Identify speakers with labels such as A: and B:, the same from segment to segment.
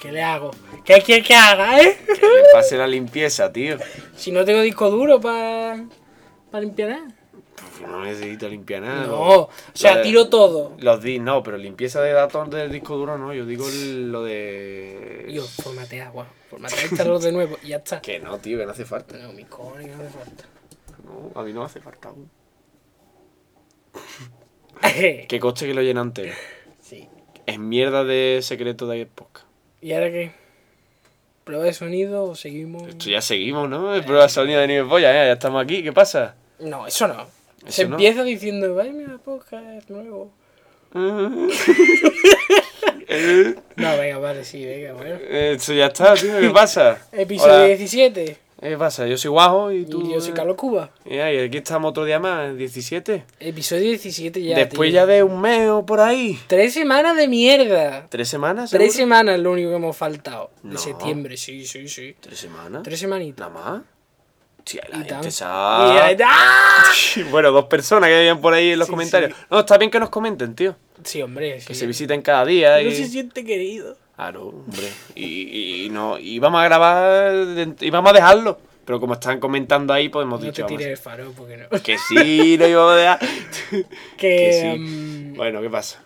A: ¿Qué le hago? ¿Qué quiere que haga, eh?
B: Que le pase la limpieza, tío.
A: Si no tengo disco duro para pa limpiar nada.
B: Pues No necesito limpiar nada.
A: No, o sea,
B: Lo de-
A: tiro todo.
B: Los di no, pero limpieza de datos del disco duro no. Yo digo el- lo de.
A: Yo, formatea, guau. Formatea el tarot de nuevo y ya está.
B: Que no, tío, que no hace falta.
A: No, mi cojones, que no hace falta.
B: No, a mí no me hace falta aún. Que coste que lo llena entero.
A: sí.
B: Es mierda de secreto de podcast.
A: ¿Y ahora qué? ¿Prueba de sonido o seguimos?
B: Esto ya seguimos, ¿no? El prueba de sonido de Nieve Polla, ¿eh? Ya estamos aquí, ¿qué pasa?
A: No, eso no.
B: Eso
A: Se
B: no.
A: empieza diciendo, ay, mira, podcast nuevo. No, venga, vale, sí, venga, bueno.
B: Esto ya está, tío, ¿qué pasa?
A: Episodio
B: Hola.
A: 17.
B: ¿Qué pasa? Yo soy Guajo y tú.
A: Y yo soy
B: eh,
A: Carlos Cuba.
B: ya, y aquí estamos otro día más, el 17.
A: Episodio 17 ya.
B: Después
A: tío.
B: ya de un mes o por ahí.
A: Tres semanas de mierda.
B: ¿Tres semanas?
A: Tres
B: seguro?
A: semanas es lo único que hemos faltado. De
B: No.
A: septiembre, sí, sí, sí.
B: ¿Tres semanas?
A: Tres semanitas.
B: ¿Nada más? Hostia, la
A: Y
B: gente
A: tan-
B: sabe.
A: Y ahí- ¡Ah!
B: Bueno, dos personas que habían por ahí en los
A: Sí,
B: comentarios. No, está bien que nos comenten, tío.
A: Sí, hombre. sí.
B: Que se visiten cada día.
A: No
B: y...
A: se siente querido.
B: Claro, hombre. Y, y- y no, íbamos a grabar de- íbamos a dejarlo. Pero como están comentando ahí, pues hemos
A: No te
B: dicho.
A: tires
B: vamos,
A: el faro porque no.
B: que sí, lo íbamos a dejar.
A: Que.
B: que sí.
A: mm,
B: Bueno, ¿qué pasa?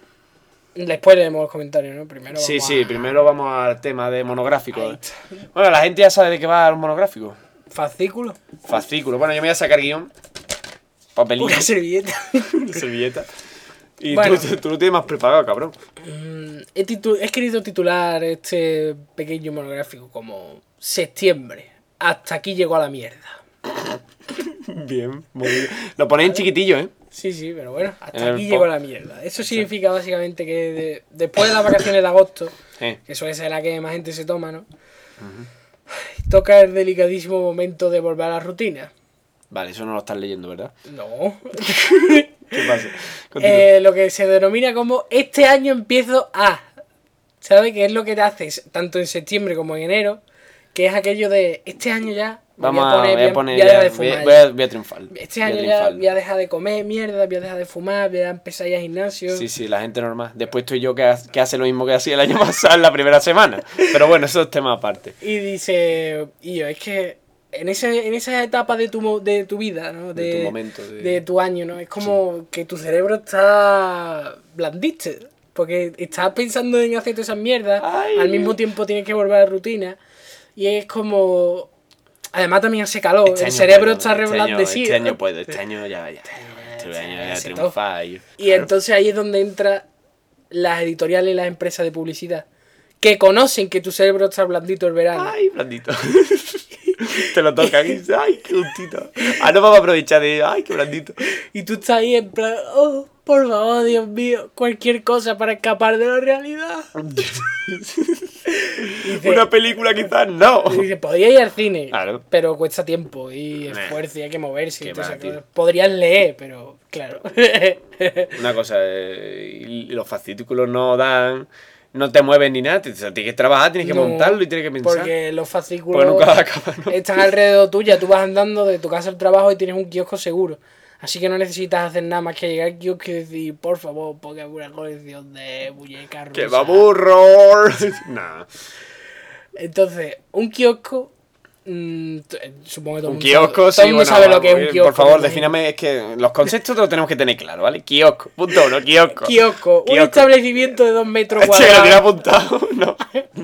A: Después leemos los comentarios, ¿no? Primero.
B: Sí,
A: vamos
B: sí,
A: a-
B: primero vamos al tema de monográfico.
A: Ahí está.
B: Bueno, la gente ya sabe de qué va un monográfico.
A: Fascículo.
B: Fascículo. Bueno, yo me voy a sacar guión. Papelito.
A: Una servilleta.
B: servilleta. Y
A: Bueno.
B: tú, tú, tú lo tienes más preparado, cabrón.
A: Mm, he, titu- he querido titular este pequeño monográfico como Septiembre. Hasta aquí llegó a la mierda.
B: Bien, muy bien. Lo ponéis en chiquitillo, ¿eh?
A: Sí, sí, pero bueno, hasta
B: El
A: aquí
B: po-
A: llegó la mierda. Eso significa básicamente que de- después de las vacaciones de agosto,
B: Eh,
A: que suele ser la que más gente se toma, ¿no? Toca el delicadísimo momento de volver a la rutina.
B: Vale, eso no lo estás leyendo, ¿verdad?
A: No.
B: ¿Qué pasa? Continúa.
A: Eh, lo que se denomina como este año empiezo a. ¿Sabes? Que es lo que te haces tanto en septiembre como en enero, que es aquello de este año ya me
B: Vamos a, voy a poner.
A: voy a dejar de
B: ya- voy, a-
A: fumar
B: voy
A: ya.
B: a- voy a triunfar.
A: Este
B: voy a
A: año ya
B: triunfar.
A: voy a dejar de comer mierda, voy a dejar de fumar, voy a empezar ya gimnasio.
B: Sí, sí, la gente normal. Después tú y yo que, ha- que hace lo mismo que hacía el año pasado en la primera semana. Pero bueno, eso es tema aparte.
A: Y dice, y yo, es que en, ese, en esa etapa de tu, mo- de tu vida, ¿no?
B: De tu momento, de-
A: de tu año, ¿no? Es como que tu cerebro está blandiste. Porque estás pensando en hacer todas esas mierdas,
B: Ay.
A: al mismo tiempo tienes que volver a la rutina. Y es como... Además también hace calor,
B: Este
A: el
B: año
A: cerebro
B: puedo,
A: está
B: este año,
A: reblandecido.
B: Este año puedo, este año ya, ya. Este año ya
A: se
B: triunfar. Y
A: Y entonces ahí es donde entran las editoriales y las empresas de publicidad. Que conocen que tu cerebro está blandito el verano.
B: Ay, blandito. Te lo tocan y dices, ay, qué gustito. Ah, no vamos a aprovechar de, ay, qué blandito.
A: Y tú estás ahí en plan, oh, por favor, Dios mío, cualquier cosa para escapar de la realidad.
B: Una película quizás no.
A: Y dices, podía ir al cine,
B: Claro.
A: pero cuesta tiempo y
B: Nah.
A: esfuerzo y hay que moverse. y
B: Qué
A: todas
B: va,
A: esas cosas.
B: tío.
A: Podrías leer, pero claro.
B: Una cosa, eh, y los fascículos no dan, no te mueven ni nada. O sea, tienes que trabajar, tienes que
A: No,
B: montarlo y tienes que pensar.
A: Porque los
B: Porque
A: fascículos
B: nunca va a acabar, ¿no?
A: están alrededor tuya, tú vas andando de tu casa al trabajo y tienes un kiosco seguro. Así que no necesitas hacer nada más que llegar al kiosco y decir, por favor, ponga una colección de muñecas
B: ¡Que
A: rusas".
B: va burro! nah.
A: Entonces, un kiosco. mm, t- supongo que todo el
B: Un
A: mundo sabe-
B: kiosco, sí,
A: todo el mundo
B: bueno,
A: sabe lo que es un
B: eh,
A: kiosco.
B: Por favor,
A: me imagino.
B: defíname, es que los conceptos los tenemos que tener claro, ¿vale? Kiosco, punto uno, kiosco.
A: Kiosco, un
B: Kiosco.
A: establecimiento de dos metros
B: Che, que lo tiene
A: cuadrados.
B: apuntado. No,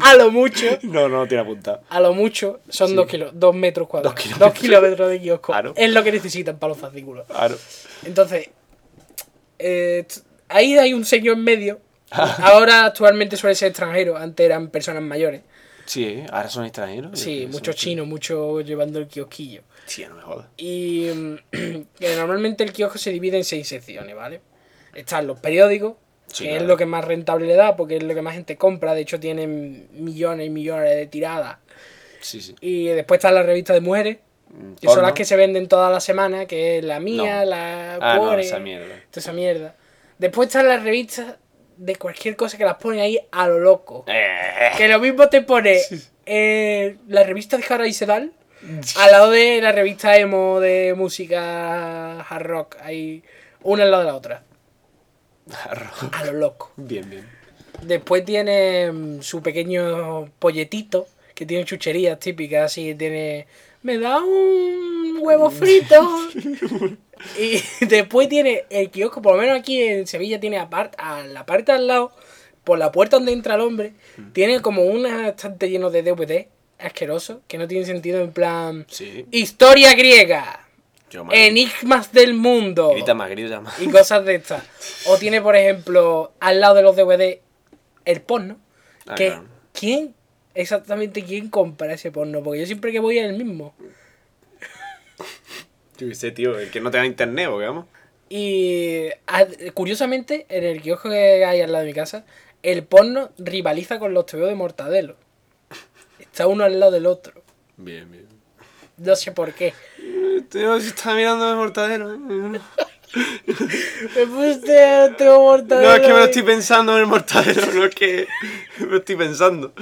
A: A lo mucho,
B: no, no lo tiene apuntado.
A: a lo mucho, son dos kilos, dos metros cuadrados.
B: Dos
A: Dos
B: kilómetros.
A: kilómetros, de kiosco.
B: Claro.
A: Es lo que necesitan para los fascículos.
B: Claro.
A: Entonces, eh, t- ahí hay un señor en medio. Ahora actualmente suele ser extranjero, antes eran personas mayores.
B: Sí, ahora son extranjeros.
A: Sí,
B: Son
A: muchos chinos, muchos llevando el kiosquillo.
B: Sí, no me jodas.
A: Y mm, que normalmente el kiosco se divide en seis secciones, ¿vale? Están los periódicos,
B: Sí,
A: que
B: claro.
A: es lo que más rentable le da, porque es lo que más gente compra, de hecho tienen millones y millones de tiradas.
B: Sí, sí.
A: Y después están las revistas de mujeres, que son
B: Porno.
A: las que se venden todas las semanas, que es la mía,
B: No.
A: la
B: Ah, no,
A: Cuore,
B: esa mierda.
A: toda esa mierda. Después están las revistas de cualquier cosa que las ponen ahí a lo loco.
B: Eh,
A: Que lo mismo te pone eh, la revista de Jara y Sedal al lado de la revista emo de música hard rock. Ahí, una al lado de la otra.
B: arro.
A: A lo loco.
B: Bien, bien.
A: Después tiene mm, su pequeño polletito, que tiene chucherías típicas, así tiene... Me da un huevo frito. y después tiene el kiosco, por lo menos aquí en Sevilla tiene aparte, a la parte al lado, por la puerta donde entra el hombre, tiene como un estante lleno de DVD asqueroso, que no tiene sentido en plan...
B: Sí.
A: Historia griega.
B: Yo más.
A: Enigmas del mundo.
B: Grita más, grita más.
A: Y cosas de estas. O tiene, por ejemplo, al lado de los DVD, el porno.
B: Ah,
A: que,
B: claro.
A: ¿Quién? Exactamente, ¿quién compra ese porno? Porque yo siempre que voy es el mismo.
B: Yo qué sé, tío, el que no tenga internet, porque vamos.
A: Y ah, curiosamente, en el kiosco que hay al lado de mi casa, el porno rivaliza con los TVO de Mortadelo. Está uno al lado del otro.
B: Bien, bien.
A: No sé por qué.
B: Tío, si estaba mirando el mortadero. ¿eh? No,
A: Me puse el TVO Mortadelo.
B: es que me lo
A: y-
B: estoy pensando en el mortadero, no es que me lo estoy pensando.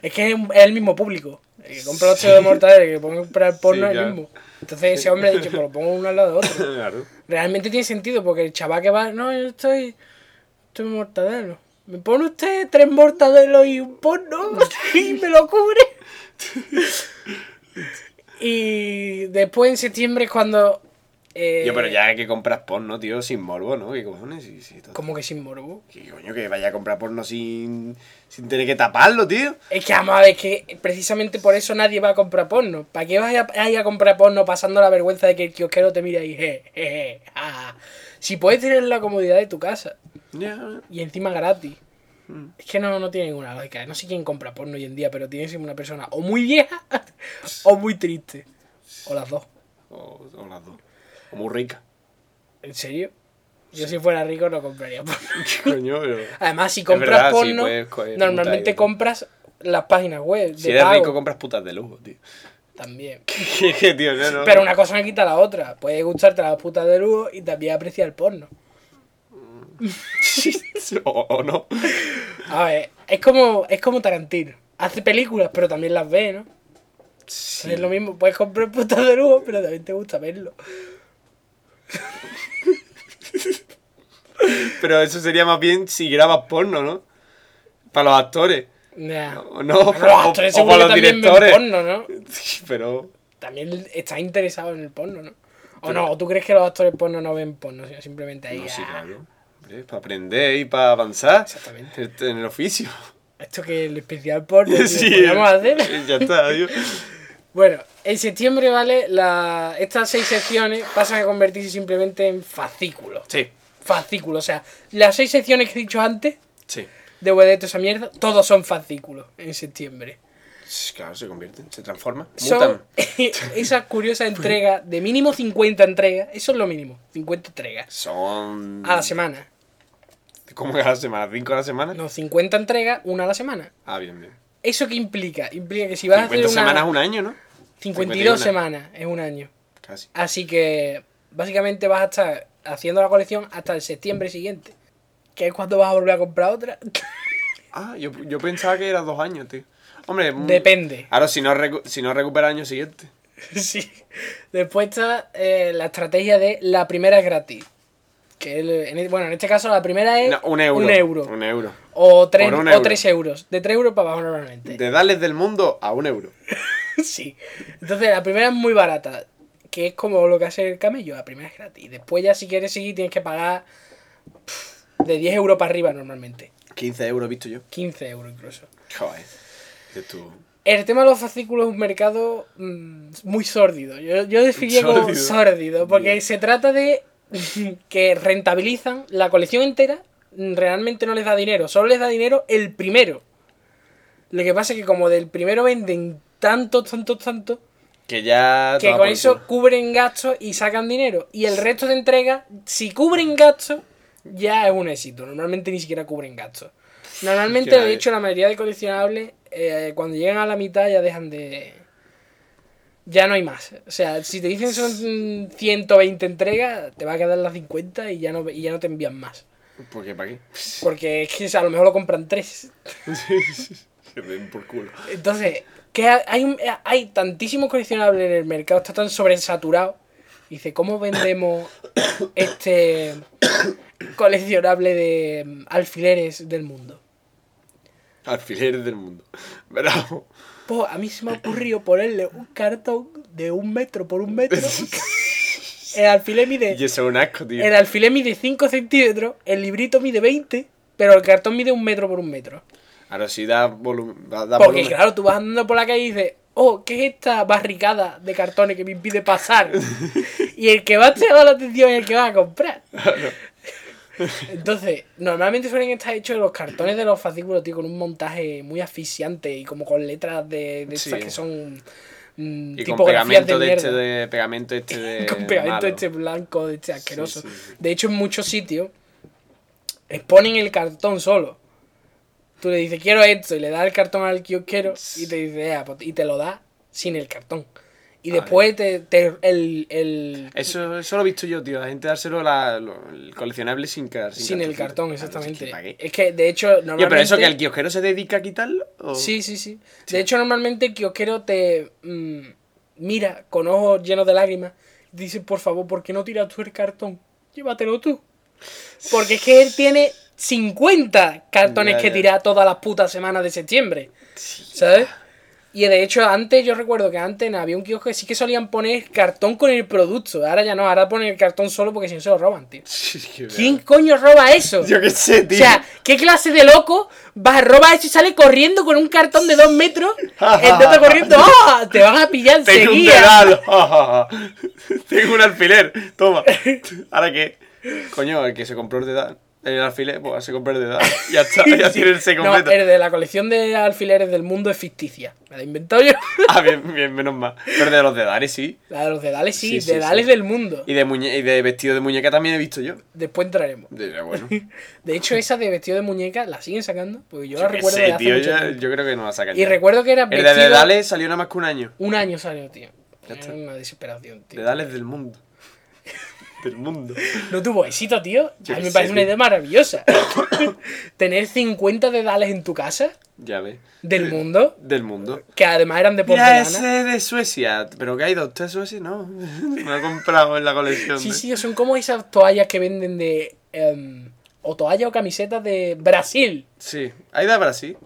A: Es que es el mismo público. El que compra los TVO de Mortadelo y el que pone a comprar porno
B: Sí,
A: es el
B: claro.
A: mismo. Entonces ese hombre ha dicho, pues lo pongo uno al lado del otro.
B: Claro.
A: Realmente tiene sentido porque el chaval que va, no, yo estoy. Estoy mortadelo. ¿Me pone usted tres mortadelos y un porno? Y me lo cubre. Y después en septiembre es cuando. eh,
B: Yo, pero ya que compras porno, tío, sin morbo, ¿no? ¿Qué cojones? Sí, sí, todo.
A: Como que sin morbo.
B: ¿Qué coño que vaya a comprar porno sin, sin tener que taparlo, tío?
A: Es que vamos a ver, que precisamente por eso nadie va a comprar porno. ¿Para qué vas a, a ir a comprar porno pasando la vergüenza de que el kiosquero te mira y je, je, je, ah? Si puedes tener la comodidad de tu casa.
B: Ya.
A: Y encima gratis.
B: Mm.
A: Es que no, no tiene ninguna lógica. No sé quién compra porno hoy en día, pero tiene que ser una persona o muy vieja o muy triste. O las dos.
B: O, o las dos. O muy rica.
A: ¿En serio? Yo si fuera rico no compraría porno.
B: ¿Qué coño? Pero...
A: Además, si compras
B: verdad, sí,
A: porno,
B: puedes coger puta
A: normalmente
B: y-
A: compras las páginas web. De
B: Si eres
A: pago
B: rico, compras putas de lujo, tío.
A: También.
B: ¿Qué, tío? No, no.
A: Pero una cosa no quita la otra. Puede gustarte las putas de lujo y también apreciar el porno.
B: o, o no.
A: A ver, es como, es como Tarantino. Hace películas, pero también las ve, ¿no?
B: Sí.
A: Es lo mismo, puedes comprar putas de lujo, pero también te gusta verlo.
B: Pero eso sería más bien si grabas porno, ¿no? Para los actores.
A: Nah.
B: O no, o,
A: Bueno, los actores
B: o
A: seguro
B: para
A: que
B: los
A: también ven
B: directores.
A: porno, ¿no?
B: Pero.
A: También está interesado en el porno, ¿no? O no, ¿o tú crees que los actores porno no ven porno, sino simplemente ahí.
B: No, sí,
A: ah,
B: claro. Hombre, para aprender y para avanzar
A: Exactamente.
B: este, en el oficio.
A: Esto que es el especial porno tío, pues
B: Sí,
A: podríamos hacer.
B: ya está, tío.
A: Bueno, en septiembre, ¿vale? La... Estas seis secciones pasan a convertirse simplemente en fascículos.
B: Sí,
A: Fascículos, o sea, las seis secciones que he dicho antes,
B: sí.
A: de DVD, toda esa mierda, todos son fascículos en septiembre.
B: Claro, se convierten, se transforman.
A: son
B: mutan.
A: esa curiosa entrega de mínimo 50 entregas, eso es lo mínimo, 50 entregas
B: Son.
A: a la semana.
B: ¿Cómo que a la semana? ¿Cinco a la semana?
A: No, 50 entregas, una a la semana.
B: Ah, bien, bien.
A: ¿Eso qué implica? Implica que si vas a
B: 50
A: hacer una...
B: semanas, un año, ¿no?
A: 52
B: 51.
A: semanas en un año.
B: Casi.
A: Así que básicamente vas a estar haciendo la colección hasta el septiembre siguiente. Que es cuando vas a volver a comprar otra.
B: Ah, yo, yo pensaba que era dos años, tío. Hombre, mm,
A: Depende.
B: Ahora, si no, recu- si no recupera el año siguiente.
A: sí. Después está eh, la estrategia de la primera es gratis. Que el- en e- bueno, en este caso la primera es
B: No, un euro.
A: Un euro.
B: Un euro.
A: O 3
B: Por un
A: o
B: euro.
A: tres euros. De 3 euros para abajo normalmente.
B: De darles del mundo a un euro.
A: sí. Entonces, la primera es muy barata. Que es como lo que hace el camello. La primera es gratis. Después ya si quieres seguir tienes que pagar pff, de 10 euros para arriba normalmente.
B: 15 euros, visto yo.
A: 15 euros incluso.
B: Joder. Dices tú.
A: El tema de los fascículos es un mercado mm, muy sórdido. Yo, yo definiría como
B: Sórdido.
A: sórdido. Porque
B: Bien.
A: se trata de que rentabilizan la colección entera. mm, Realmente no les da dinero. Solo les da dinero el primero. Lo que pasa es que como del primero venden tantos, tantos, tantos.
B: Que ya.
A: que
B: toma
A: con
B: por
A: eso
B: culo.
A: cubren gastos y sacan dinero. Y el resto de entregas, si cubren gastos, ya es un éxito. Normalmente ni siquiera cubren gastos. Normalmente,
B: Ya
A: de
B: es.
A: hecho, la mayoría de coleccionables, eh, cuando llegan a la mitad, ya dejan de. Ya no hay más. O sea, si te dicen son mm, 120 entregas, te va a quedar las 50 y ya no, y ya no te envían más.
B: ¿Por qué? ¿Para qué?
A: Porque es que o sea, a lo mejor lo compran tres.
B: Se ven por culo.
A: Entonces, que ha- hay, un- hay tantísimos coleccionables en el mercado, está tan sobresaturado. Dice, ¿cómo vendemos este coleccionable de mm, alfileres del mundo?
B: Alfileres del mundo. Bravo.
A: Pues a mí se me ha ocurrido ponerle un cartón de un metro por un metro. El alfiler mide.
B: Y eso es un asco, tío.
A: El alfiler mide 5 centímetros, el librito mide 20, pero el cartón mide un metro por un metro.
B: Ahora sí da, volumen. da- da
A: Porque
B: volumen.
A: claro, tú vas andando por la calle y dices, oh, ¿qué es esta barricada de cartones que me impide pasar? y el que va te da la atención es el que va a comprar. Entonces, normalmente suelen estar hechos los cartones de los fascículos, tío, con un montaje muy asfixiante y como con letras de, de esas
B: Sí.
A: que son mm,
B: Y con
A: tipografías de
B: pegamento de,
A: mierda.
B: este de pegamento este de
A: con pegamento
B: malo.
A: este blanco, este asqueroso.
B: sí, sí.
A: De hecho, en muchos sitios exponen el cartón solo. Tú le dices, quiero esto, y le das el cartón al que yo quiero, y te dice, "Ah, pues", y te lo da sin el cartón. Y
B: Vale.
A: después te, te- el, el-
B: Eso, eso lo he visto yo, tío. La gente dárselo la, lo- el coleccionable sin, car-
A: sin el
B: cartoncito.
A: cartón,
B: Ah, no sé
A: exactamente.
B: qué, ¿para qué?
A: es que, de hecho, normalmente...
B: Yo, pero eso que el kiosquero se dedica a quitarlo. ¿o?
A: Sí, sí, sí. De hecho, normalmente el kiosquero te mm, mira con ojos llenos de lágrimas y dice, por favor, ¿por qué no tiras tú el cartón? Llévatelo tú. Porque es que él tiene 50 cartones
B: Ya,
A: que
B: ya.
A: tirar todas las putas semanas de septiembre. ¿Sabes? Y de hecho, antes yo recuerdo que antes había un kiosco que sí que solían poner cartón con el producto. Ahora ya no, ahora ponen el cartón solo porque si no se lo roban, tío.
B: Sí, qué
A: ¿Quién coño roba eso?
B: verdad. Yo qué sé,
A: O
B: tío.
A: sea, ¿qué clase de loco va, roba eso y sale corriendo con un cartón de dos metros? Entonces corriendo, ¡ah! Te van a pillar
B: Tengo un
A: enseguida.
B: dedal. ja, ja, ja. Tengo un alfiler. Toma. ¿Ahora qué? Coño, el que se compró el dedal. El alfiler, pues se compró el dedal. Ya está, ya tiene el se
A: No,
B: completo.
A: el de la colección de alfileres del mundo es ficticia. Me la he inventado yo.
B: Ah, bien, bien, menos mal. Pero de los dedales sí.
A: La de los dedales sí,
B: Sí, sí,
A: dedales
B: sí.
A: del mundo.
B: Y de, muñe y de vestido de muñeca también he visto yo.
A: Después entraremos.
B: De, bueno.
A: De hecho, esa de vestido de muñeca la siguen sacando, porque yo, la
B: Yo qué
A: recuerdo
B: sé,
A: de hace
B: tío,
A: mucho
B: ya-
A: tiempo.
B: yo creo que no la sacan.
A: Y
B: ya.
A: recuerdo que era
B: El de
A: vestido...
B: Dedales salió nada más que un año.
A: Un año salió, tío.
B: Ya está.
A: Era una desesperación, tío.
B: Dedales del mundo. del mundo.
A: No tuvo éxito, tío.
B: Yo
A: A mí
B: qué
A: me
B: sé,
A: parece una
B: tío.
A: idea maravillosa. Tener 50 dedales en tu casa
B: Ya ves.
A: del mundo,
B: Del mundo.
A: que además eran de
B: Mira,
A: porcelana.
B: ese de Suecia. ¿Pero qué ha ido? ¿Usted a Suecia? No. Me lo he comprado en la colección.
A: Sí,
B: de-
A: sí, son como esas toallas que venden de. em, o toallas o camisetas de Brasil.
B: Sí. ¿Ha ido a Brasil?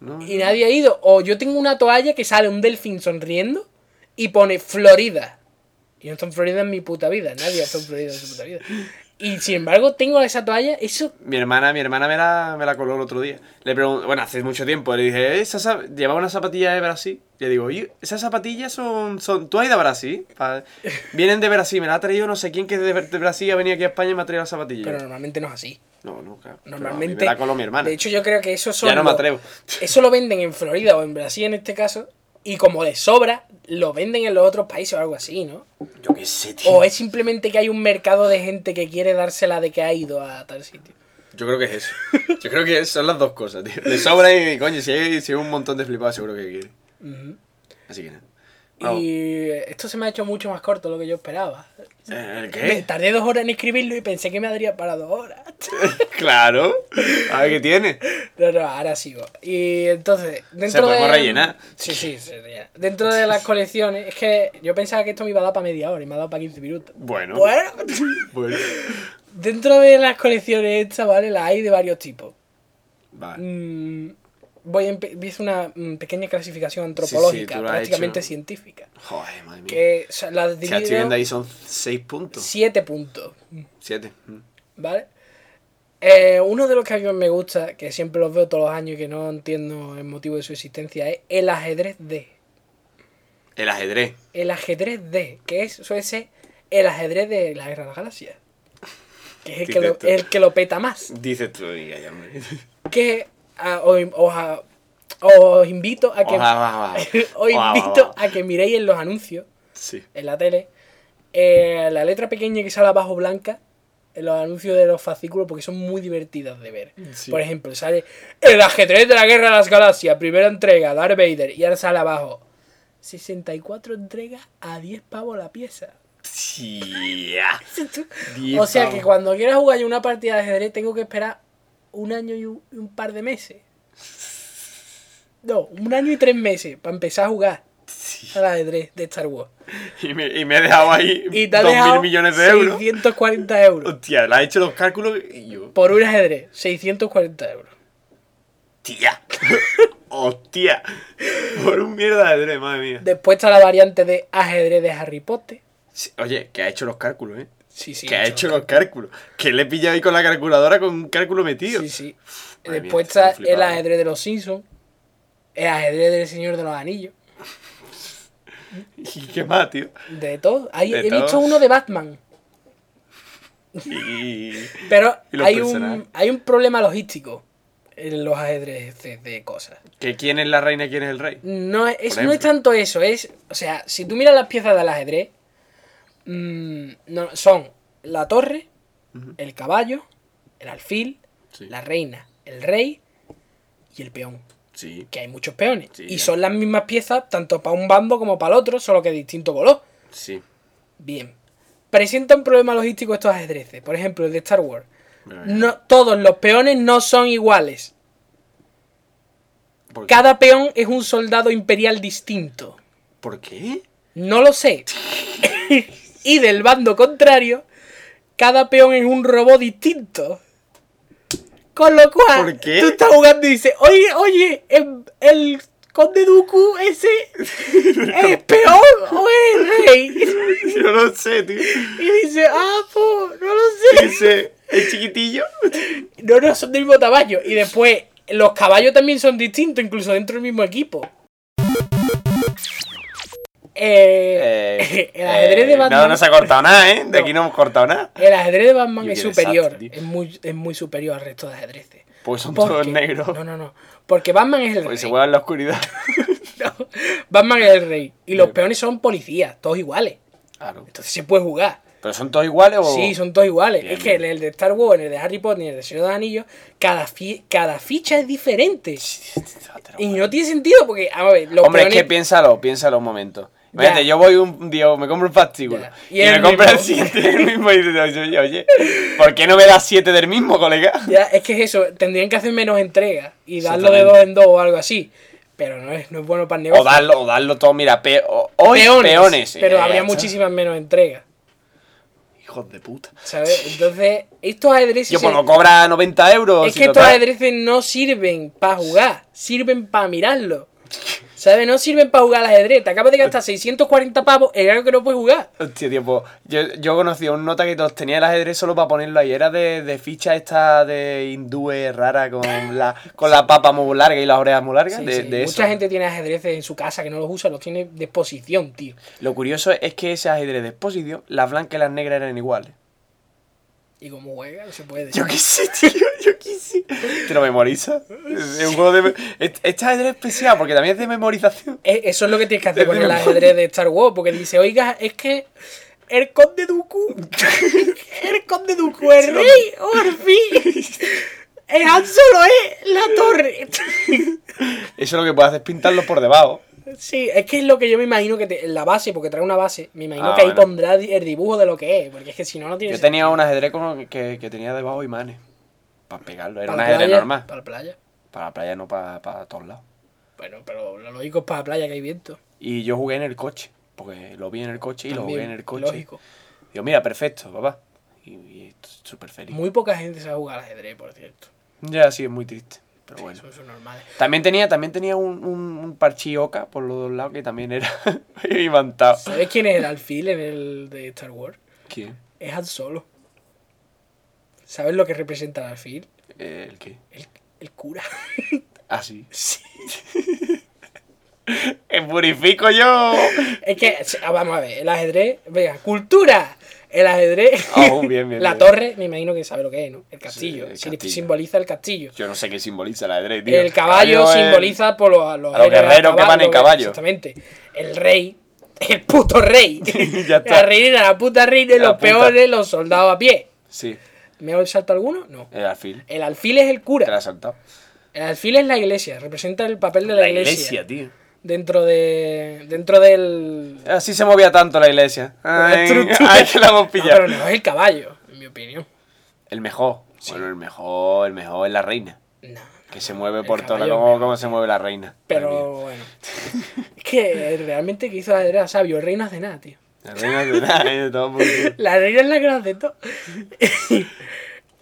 B: No.
A: Y nadie ha ido. O yo tengo una toalla que sale un delfín sonriendo y pone Florida. Y no está en Florida en mi puta vida. Nadie ha estado en Florida en su puta vida. Y sin embargo, tengo esa toalla. Eso.
B: Mi hermana, mi hermana me la, me la coló el otro día. Le pregunté, bueno, hace mucho tiempo, le dije, ¿esa sa- llevaba una zapatilla de Brasil? Le digo, oye, esas zapatillas son, son... ¿Tú has ido a Brasil? Pa- Vienen de Brasil, me la ha traído no sé quién que es de de Brasil ha venido aquí a España y me ha traído las zapatillas.
A: Pero normalmente no es así.
B: No, no, claro. Pero a mí
A: Normalmente.
B: me la coló mi hermana.
A: De hecho, yo creo que eso son.
B: ya no me
A: los-
B: atrevo.
A: Eso lo venden en Florida o en Brasil en este caso. Y como de sobra, lo venden en los otros países o algo así, ¿no?
B: Yo qué sé, tío.
A: O es simplemente que hay un mercado de gente que quiere dársela de que ha ido a tal sitio.
B: Yo creo que es eso. Yo creo que son las dos cosas, tío. Le sobra y, coño, si hay, si hay un montón de flipados, seguro que quiere. Así que nada. Vamos.
A: Y esto se me ha hecho mucho más corto de lo que yo esperaba.
B: ¿El
A: Me
B: Eh, qué?
A: tardé dos horas en escribirlo y pensé que me daría para dos horas.
B: claro. A ver qué tiene.
A: No, no, ahora sigo. Y entonces, dentro
B: podemos
A: de...
B: rellenar.
A: Sí, sí, se rellena. Dentro de las colecciones, es que yo pensaba que esto me iba a dar para media hora y me ha dado para 15 minutos.
B: Bueno.
A: Bueno,
B: Bueno.
A: dentro de las colecciones estas, ¿vale? Las hay de varios tipos.
B: Vale.
A: Mm, voy a empe- voy a hacer una mm, pequeña clasificación
B: sí,
A: antropológica,
B: tú lo has
A: prácticamente
B: hecho.
A: científica.
B: Joder, madre mía.
A: Que o sea, las
B: Si la estoy
A: divido
B: viendo
A: en
B: ahí son 6 puntos.
A: siete puntos,
B: 7. Mm.
A: ¿vale? Eh, uno de los que a mí me gusta, que siempre los veo todos los años y que no entiendo el motivo de su existencia, es el ajedrez D.
B: El ajedrez.
A: El ajedrez D, que es, suele ser el ajedrez de la Guerra de las Galaxias. Que es el que, lo,
B: Directo.
A: el que lo peta más.
B: Dices tú, diga ya, hombre.
A: Que ah, os, os- ah, os invito a que...
B: Oja, oja, oja.
A: Os
B: Oja, oja,
A: invito
B: oja.
A: a que miréis en los anuncios,
B: Sí.
A: en la tele, eh, la letra pequeña que sale abajo blanca en los anuncios de los fascículos porque son muy divertidas de ver.
B: Sí.
A: Por ejemplo, sale El ajedrez de la guerra de las galaxias, primera entrega, Darth Vader, y ahora sale abajo 64 entregas a 10 pavos la pieza.
B: Sí. ya.
A: o sea que
B: Diez pavos.
A: cuando quiera jugar yo una partida de ajedrez tengo que esperar un año y un, y un par de meses. No, un año y tres meses para empezar a jugar
B: Sí.
A: al ajedrez de Star Wars.
B: Y me, y me he dejado ahí
A: Y te ha
B: 2.000
A: dejado
B: millones de euros.
A: 640 euros.
B: Hostia, le ha hecho los cálculos y yo.
A: Por un ajedrez, 640 euros.
B: ¡Hostia! ¡Hostia! Por un mierda de ajedrez, madre mía.
A: Después está la variante de ajedrez de Harry Potter.
B: Sí, Oye, que ha hecho los cálculos, ¿eh?
A: Sí, sí.
B: que ha hecho los cálculos. Que le he pillado ahí con la calculadora con un cálculo metido.
A: Sí, sí.
B: madre
A: Después
B: mía,
A: está
B: estoy flipado.
A: el ajedrez de los Simpsons. El ajedrez del Señor de los Anillos.
B: ¿Y qué más, tío?
A: De todo. Hay-
B: De
A: he visto
B: todo.
A: uno de Batman.
B: Y...
A: Pero
B: Y los
A: hay un,
B: personajes.
A: hay un problema logístico en los ajedrez de, de cosas.
B: ¿Que quién es la reina y quién es el rey?
A: No es, es-
B: Por
A: no es
B: ejemplo.
A: tanto eso, es. O sea, si tú miras las piezas del ajedrez, mm, no, son la torre,
B: Ujú.
A: el caballo, el alfil,
B: Sí.
A: la reina, el rey y el peón.
B: Sí.
A: Que hay muchos peones.
B: Sí,
A: y
B: ya.
A: son las mismas piezas, tanto para un bando como para el otro, solo que de distinto color.
B: Sí.
A: Bien. Presenta un problema logístico estos ajedrezes. Por ejemplo, el de Star Wars.
B: A ver,
A: No, todos los peones no son iguales.
B: ¿Por, qué?
A: Cada peón es un soldado imperial distinto.
B: ¿Por qué?
A: No lo sé. y del bando contrario, cada peón es un robot distinto. Con lo cual,
B: ¿Por qué?
A: tú estás jugando y dices, oye, oye, em- el conde Dooku ese es peón o es rey.
B: Yo no sé, tío.
A: Y dice, ah, pues, no lo sé.
B: Ese es chiquitillo.
A: No, no, son del mismo tamaño. Y después, los caballos también son distintos, incluso dentro del mismo equipo. Eh, el ajedrez de Batman.
B: No, no se ha cortado nada, ¿eh?
A: No.
B: De aquí no hemos cortado nada.
A: El ajedrez de Batman
B: Yo
A: es
B: quiero
A: superior.
B: exacto, tío.
A: es, muy, es muy superior al resto de ajedrezes.
B: Pues son
A: ¿Por
B: todos
A: qué?
B: negros.
A: No, no, no. Porque Batman es el
B: Pues se
A: rey.
B: juegan en la oscuridad.
A: No, Batman es el rey. Y los
B: Sí.
A: peones son policías, todos iguales.
B: Claro.
A: Entonces se puede jugar.
B: ¿Pero son todos iguales o...?
A: Sí, son todos iguales.
B: Oh. Bien,
A: es que en
B: bien.
A: el de Star Wars, en el de Harry Potter, en el de Señor de los Anillos, cada, fi- cada ficha es diferente. Y no tiene sentido porque, a ver, los
B: Hombre, es
A: peones-
B: que piénsalo, piénsalo un momento. Imagínate,
A: Ya.
B: yo voy un día, me compro un fastículo
A: Ya. Y
B: y,
A: el
B: me compro el
A: mismo.
B: 7 del mismo y dices, oye, oye, oye, ¿por qué no me das 7 del mismo, colega?
A: Ya, es que es eso, tendrían que hacer menos entregas y darlo de dos
B: Exactamente.
A: en dos o algo así. Pero no es, no es bueno para el negocio.
B: O darlo, o darlo todo, mira, pe o- hoy peones.
A: peones, pero
B: Ya,
A: habría
B: ya,
A: muchísimas menos entregas,
B: ¿sabes? Hijos de puta.
A: ¿sabes? Entonces, estos ajedrezes...
B: Yo, pues,
A: se-
B: no cobra 90 euros.
A: es
B: si
A: que estos
B: total-
A: ajedrezes no sirven para jugar, sirven para mirarlo. ¿Sabes? No sirven para jugar al ajedrez. Te acabas de
B: Pues-
A: gastar 640 pavos en algo que no puedes jugar.
B: Hostia, tío, pues, yo, yo conocí a un nota que los tenía el ajedrez solo para ponerlo ahí. Era de, de ficha esta de hindúes rara con la, con la papa muy larga y las orejas muy largas.
A: Sí,
B: de,
A: sí,
B: de eso.
A: Mucha gente tiene ajedrezes en su casa que no los usa, los tiene de exposición, tío.
B: Lo curioso es que ese ajedrez de exposición, las blancas y las negras eran iguales.
A: Y como juega, no se puede.
B: Yo qué sé, tío, yo qué sé. ¿Te lo memorizas? Es un juego de... me- Este este ajedrez es especial porque también es de memorización.
A: E- Eso es lo que tienes que hacer con el
B: Decime.
A: ajedrez de Star Wars, porque dice, oiga, es que el conde Dooku, el conde Dooku, el rey, Orfi, el Han Solo es la torre.
B: Eso lo que puedes hacer es pintarlo por debajo.
A: Sí, es que es lo que yo me imagino que te- la base, porque trae una base, me imagino
B: Ah,
A: que ahí
B: bueno.
A: pondrá di- el dibujo de lo que es, porque es que si no, no tiene
B: Yo tenía un ajedrez como que, que tenía debajo imanes. Para pegarlo,
A: sentido.
B: era
A: Para
B: un
A: la
B: ajedrez
A: playa,
B: normal.
A: Para la playa.
B: Para la playa, no para, para todos lados.
A: Bueno, pero lo lógico es para la playa que hay viento.
B: Y yo jugué en el coche, porque lo vi en el coche y lo
A: También,
B: jugué en el coche.
A: Lógico.
B: Digo, mira, perfecto, papá. Y, y súper feliz.
A: Muy poca gente sabe jugar al ajedrez, por cierto.
B: Ya, sí, es muy triste. Pero bueno.
A: Eso es normal.
B: También tenía, también tenía un, un, un parchí oca por los dos lados que también era imantado.
A: ¿Sabes quién es el alfil en el de Star Wars?
B: ¿Quién?
A: Es Han Solo. ¿Sabes lo que representa el alfil?
B: Eh, ¿El qué?
A: El, el cura.
B: Ah, sí.
A: Sí.
B: ¡Que purifico yo!
A: Es que, sí, ah, vamos a ver, el ajedrez, venga, cultura. El ajedrez.
B: Oh, bien, bien,
A: la
B: bien.
A: torre, me imagino que sabe lo que es, ¿no? El castillo.
B: el
A: sí,
B: castillo.
A: Simboliza el castillo.
B: Yo no sé qué simboliza la ajedrez, tío.
A: El caballo
B: es-
A: simboliza por los, a los,
B: a los
A: héroes,
B: guerreros
A: a
B: que van en caballo.
A: Exactamente. El rey, el puto rey.
B: Ya está.
A: La reina, la puta reina y
B: La
A: los
B: puta.
A: peores, los soldados a pie.
B: Sí,
A: ¿Me he salto alguno? No.
B: el alfil.
A: El alfil es el
B: Te la
A: cura.
B: has saltado.
A: El alfil es la iglesia, representa el papel de la, iglesia.
B: tío.
A: dentro de dentro del
B: Así se movía tanto la iglesia. Ay,
A: estructura.
B: ay, que la hemos
A: No,
B: pillado.
A: pero no es el caballo, en mi opinión.
B: El mejor. Bueno, el mejor, el mejor es la reina.
A: No.
B: Que se mueve
A: El
B: por todo.
A: caballo es
B: ¿Cómo,
A: mejor.
B: cómo se mueve la reina?
A: Pero bueno. Es que realmente que hizo la reina sabio, el rey no hace nada, tío.
B: La reina de nada, ¿eh? Todo por culo.
A: La reina es la que lo hace todo.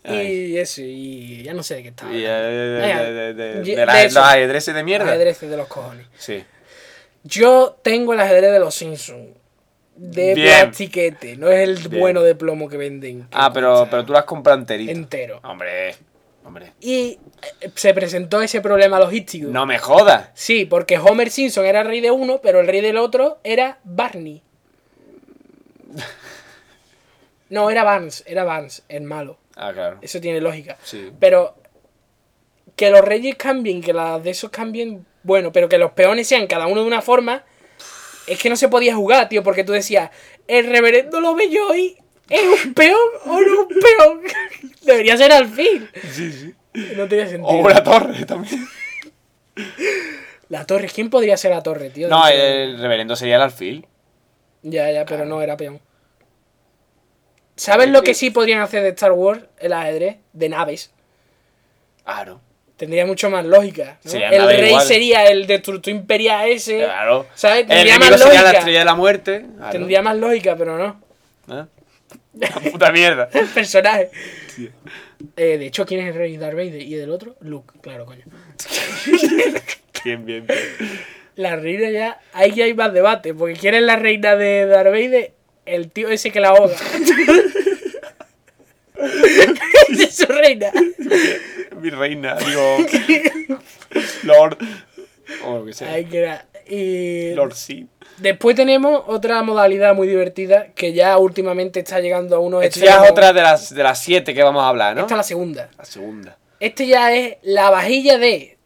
A: Y eso, y ya no sé de qué estaba.
B: Y, eh,
A: hablando.
B: de-
A: Venga,
B: de- de- de-
A: ye-
B: de la-
A: de eso.
B: los ajedrezes de mierda.
A: Ajedrez de los cojones.
B: Sí.
A: Yo tengo el ajedrez de los Simpsons. De
B: Bien.
A: plastiquete, no es el
B: Bien.
A: bueno de plomo que venden. que
B: Ah, pero,
A: cuesta
B: pero tú las compras enterito.
A: Entero.
B: Hombre, hombre.
A: Y eh, se presentó ese problema logístico.
B: No me jodas.
A: Sí, porque Homer Simpson era el rey de uno, pero el rey del otro era Barney. No, era Vance, era Vance, el malo.
B: Ah, claro.
A: Eso tiene lógica.
B: Sí.
A: Pero que los reyes cambien, que las de esos cambien, bueno, pero que los peones sean cada uno de una forma, es que no se podía jugar, tío, porque tú decías, el reverendo lo ve yo y es un peón o no es un peón. Debería ser al fin.
B: Sí, sí.
A: No tenía sentido.
B: O una torre también.
A: La torre, ¿quién podría ser la torre, tío?
B: No, eh,
A: sé.
B: el reverendo sería el alfil.
A: Ya, ya, pero no era peón. ¿Sabes lo que sí podrían hacer de Star Wars? El ajedrez de naves.
B: Claro.
A: Tendría mucho más lógica. ¿no?
B: Sería
A: El
B: nave
A: rey
B: igual.
A: sería el destructor imperial ese.
B: Claro.
A: ¿Sabes?
B: El
A: Tendría
B: enemigo
A: más
B: sería la
A: lógica.
B: estrella de la muerte. Claro.
A: Tendría más lógica, pero no.
B: ¿Eh? La puta mierda.
A: El personaje. Eh, de hecho, ¿quién es el rey Darth Vader? ¿Y del otro? Luke, claro, coño.
B: Bien, bien, bien.
A: La reina ya. Ahí ya hay más debate. Porque ¿quién es la reina de Darth Vader? El tío ese que la ahoga. Esa es su reina.
B: Mi reina, digo. Lord. O lo que sea.
A: Ahí queda. Y
B: Lord Sid.
A: después tenemos otra modalidad muy divertida que ya últimamente está llegando a uno
B: Esto ya
A: extremos.
B: es otra de las, de las siete que vamos a hablar, ¿no?
A: Pues Esta es la segunda.
B: La segunda.
A: Este ya es la vajilla de.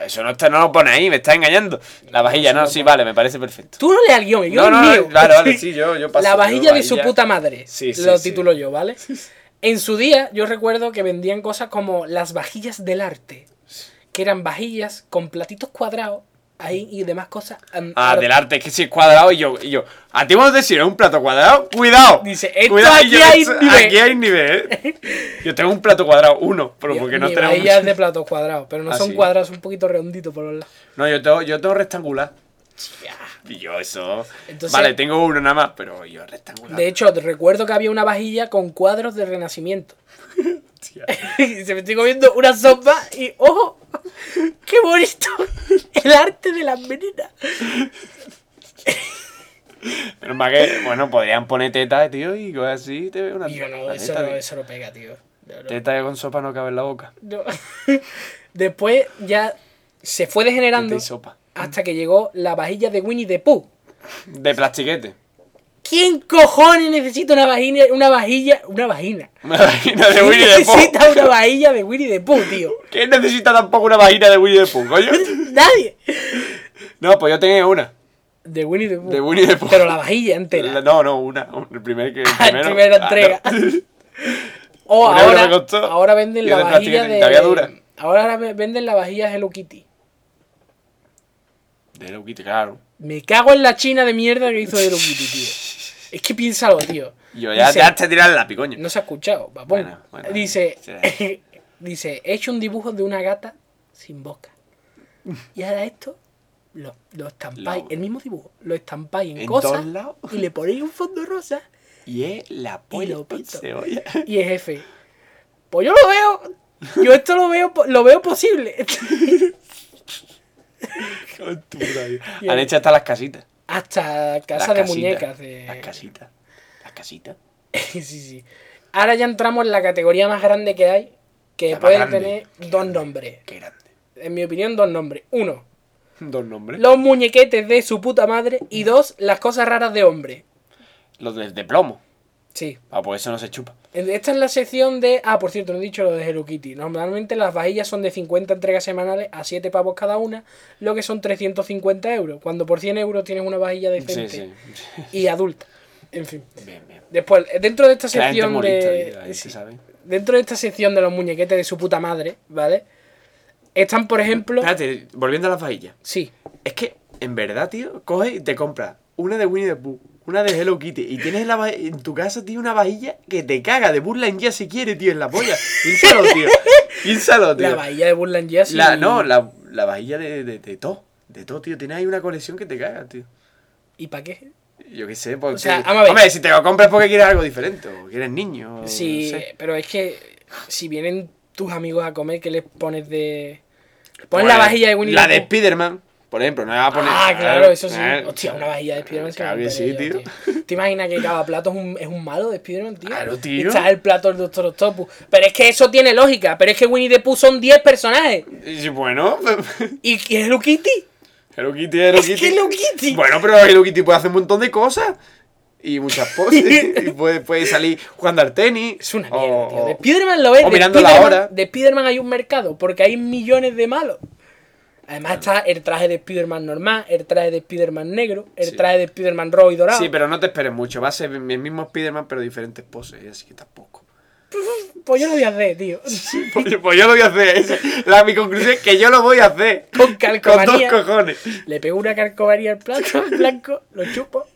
B: Eso no, está, no lo pone ahí, me está engañando. La vajilla, no, sí, vale, me parece perfecto.
A: Tú no leas el guión, el
B: No,
A: guión
B: no,
A: es
B: no,
A: mío.
B: vale, vale, sí, yo, yo paso.
A: la
B: yo,
A: vajilla de su puta madre.
B: Sí, sí,
A: lo
B: sí.
A: titulo yo, ¿vale? En su día, yo recuerdo que vendían cosas como las vajillas del arte. Que eran vajillas con platitos cuadrados ahí y demás cosas. am-
B: Ah,
A: ar-
B: del arte, es que si es cuadrado y yo, y yo. A ti vamos a decir, es un plato cuadrado, cuidado.
A: Dice, esto
B: Cuidado,
A: aquí
B: yo,
A: hay
B: esto-
A: nivel.
B: Aquí hay nivel, ¿eh? Yo tengo un plato cuadrado, uno, pero
A: Dios,
B: porque no
A: mi
B: tenemos.
A: vajilla es de platos cuadrados, pero no
B: Ah,
A: son
B: sí.
A: cuadrados, son un poquito redonditos por los lados.
B: No, yo tengo, yo tengo rectangular.
A: Ya.
B: Y yo, eso.
A: Entonces-
B: vale, tengo uno nada más, pero yo rectangular.
A: De hecho, recuerdo que había una vajilla con cuadros del Renacimiento.
B: Hostia.
A: Y Se me estoy comiendo una sopa y ¡ojo! ¡Qué bonito! El arte de las meninas.
B: Pero más que, bueno, podrían poner teta, tío, y cosas así, te veo una
A: Y yo no,
B: una
A: eso
B: teta,
A: no,
B: tío.
A: eso no pega, tío. No, no.
B: Teta que con sopa no cabe en la boca.
A: No. Después ya se fue
B: Teta
A: degenerando
B: y sopa.
A: hasta que llegó la vajilla de Winnie the Pooh.
B: De plastiquete.
A: ¿Quién cojones necesita una vajilla, una vajilla, una vagina?
B: Una vagina de
A: ¿Quién
B: Winnie the
A: necesita
B: Pooh.
A: una vajilla de Winnie the Pooh, tío?
B: ¿Quién necesita tampoco una vagina de Winnie the Pooh, coño?
A: Nadie.
B: No, pues yo tenía una.
A: De Winnie the Pooh.
B: De Winnie the Pooh.
A: Pero la vajilla entera.
B: La- No, no, una. un- El primer que. El
A: Ah,
B: primero.
A: primera
B: Ah,
A: entrega.
B: no.
A: O
B: Un euro me
A: ahora,
B: costó.
A: ahora venden
B: Y
A: la
B: de
A: vajilla
B: plástico,
A: de.
B: todavía dura.
A: Ahora ve- venden la vajilla de Hello Kitty.
B: De Hello Kitty, claro.
A: Me cago en la china de mierda que hizo Hello Kitty, tío. Es que piénsalo, tío.
B: Yo ya,
A: Dice-
B: ya te tiras el lápiz, coño.
A: No se ha escuchado, papón.
B: Bueno, bueno.
A: dice,
B: Sí.
A: dice, he hecho un dibujo de una gata sin boca. Y ahora esto lo, lo estampáis,
B: Lo-
A: el mismo dibujo, lo estampáis en,
B: En
A: cosas
B: todos lados.
A: y le ponéis un fondo rosa
B: Y es la polla
A: lo
B: con
A: pito.
B: cebolla.
A: y es jefe. Pues yo lo veo, yo esto lo veo, po- lo veo posible.
B: Con tu puta vida.
A: Y
B: Han
A: el-
B: hecho hasta las casitas.
A: Hasta casa
B: Las
A: de
B: casitas,
A: muñecas. eh. De...
B: Las casitas. Las casitas.
A: sí, sí. Ahora ya entramos en la categoría más grande que hay, que
B: La más
A: pueden
B: grande.
A: tener
B: Qué
A: dos
B: grande.
A: nombres.
B: Qué grande.
A: En mi opinión, dos nombres. Uno,
B: Dos nombres.
A: los muñequetes de su puta madre. Y dos, las cosas raras de hombre.
B: Los de, de plomo.
A: Sí.
B: Ah, pues eso no se chupa.
A: Esta es la sección de... Ah, por cierto, no he dicho lo de Hello Kitty. Normalmente las vajillas son de 50 entregas semanales a 7 pavos cada una, lo que son 350 euros. Cuando por 100 euros tienes una vajilla
B: Sí,
A: decente
B: sí.
A: y adulta. En fin.
B: Bien, bien.
A: Después, eh, dentro de esta
B: Que la gente es
A: sección
B: morita,
A: de...
B: tío, ahí se
A: sí.
B: sabe.
A: Dentro de esta sección de los muñequetes de su puta madre, ¿vale? Están, por ejemplo...
B: Espérate, volviendo a las vajillas.
A: Sí.
B: Es que, en verdad, tío, coge y te compras una de Winnie the Pooh, una de Hello Kitty, y tienes en, la va- en tu casa, tío, una vajilla que te caga de Burland ya si quiere, tío, en la polla. Piénsalo, tío. Piénsalo, tío.
A: La vajilla de Burland Jazz.
B: La- no, la, la vajilla de, de, de todo. De todo, tío. Tienes ahí una colección que te caga, tío.
A: ¿Y para qué?
B: Yo qué sé, porque.
A: sea, vamos a ver.
B: Hombre, si te lo compras porque quieres algo diferente, o quieres niño. o
A: Sí,
B: Eh, no sé.
A: pero es que si vienen tus amigos a comer, ¿qué les pones de...? Pones la vajilla de Winnie
B: Pues La
A: the
B: de
A: Pooh.
B: Spiderman, por ejemplo, no le va a poner.
A: Ah, claro, eso sí.
B: eh,
A: Hostia, una vajilla de Spiderman. se me
B: Claro que sí,
A: rompería yo,
B: tío.
A: ¿Te imaginas que cada plato es un, es un malo de Spiderman, tío?
B: Claro, tío.
A: Y Está el plato del Doctor Octopus. Pero es que eso tiene lógica. Pero es que Winnie the Pooh son 10 personajes.
B: Y bueno,
A: ¿Y quién es Hello Kitty?
B: Hello Kitty, Hello
A: Es que
B: Kitty.
A: Hello Kitty.
B: Bueno, pero Hello Kitty puede hacer un montón de cosas. Y muchas poses. y puede, puede salir jugando al tenis.
A: Es una
B: o-
A: mierda, tío. De Spiderman lo ves.
B: o
A: de
B: mirando la
A: Spiderman-
B: hora.
A: De Spiderman hay un mercado porque hay millones de malos. Además está el traje de Spiderman normal, el traje de Spiderman negro, el
B: Sí.
A: traje de Spiderman rojo y dorado.
B: Sí, pero no te esperes mucho. Va a ser el mismo Spiderman, pero diferentes poses. Así que tampoco.
A: Pues yo lo voy a hacer, tío.
B: Pues, pues yo lo voy a hacer. Esa- La, mi conclusión es que yo lo voy a hacer.
A: Con
B: Con dos
A: calcomanía.
B: cojones.
A: Le pego una carcomanía al plato blanco, lo chupo.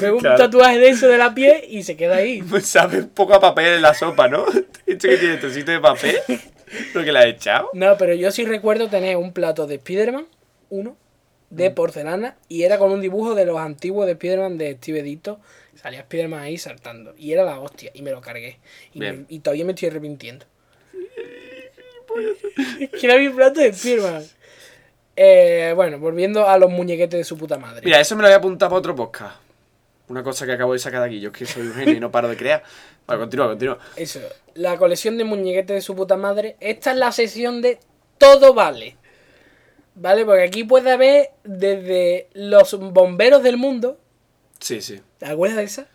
A: Pego un
B: Claro.
A: tatuaje de eso de la piel y se queda ahí.
B: Pues Sabe un poco a papel en la sopa, ¿no? Esto que tiene trocito de papel. Lo que le has echado.
A: No, pero yo sí recuerdo tener un plato de Spiderman, uno, de porcelana, y era con un dibujo de los antiguos de Spiderman de Steve Ditko. Salía Spiderman ahí saltando. Y era la hostia, y me lo cargué. Y, me-
B: Bien.
A: y todavía me estoy arrepintiendo. Quiero mi plato de Spiderman. Eh, bueno, volviendo a los muñequetes de su puta madre.
B: Mira, eso me lo voy a apuntar para otro podcast. Una cosa que acabo de sacar de aquí. Yo es que soy un genio y no paro de crear. Vale, continúa, continúa.
A: Eso, la colección de muñequetes de su puta madre. Esta es la sesión de todo vale. ¿Vale? Porque aquí puede haber desde los bomberos del mundo.
B: Sí, sí.
A: ¿Te acuerdas de esa?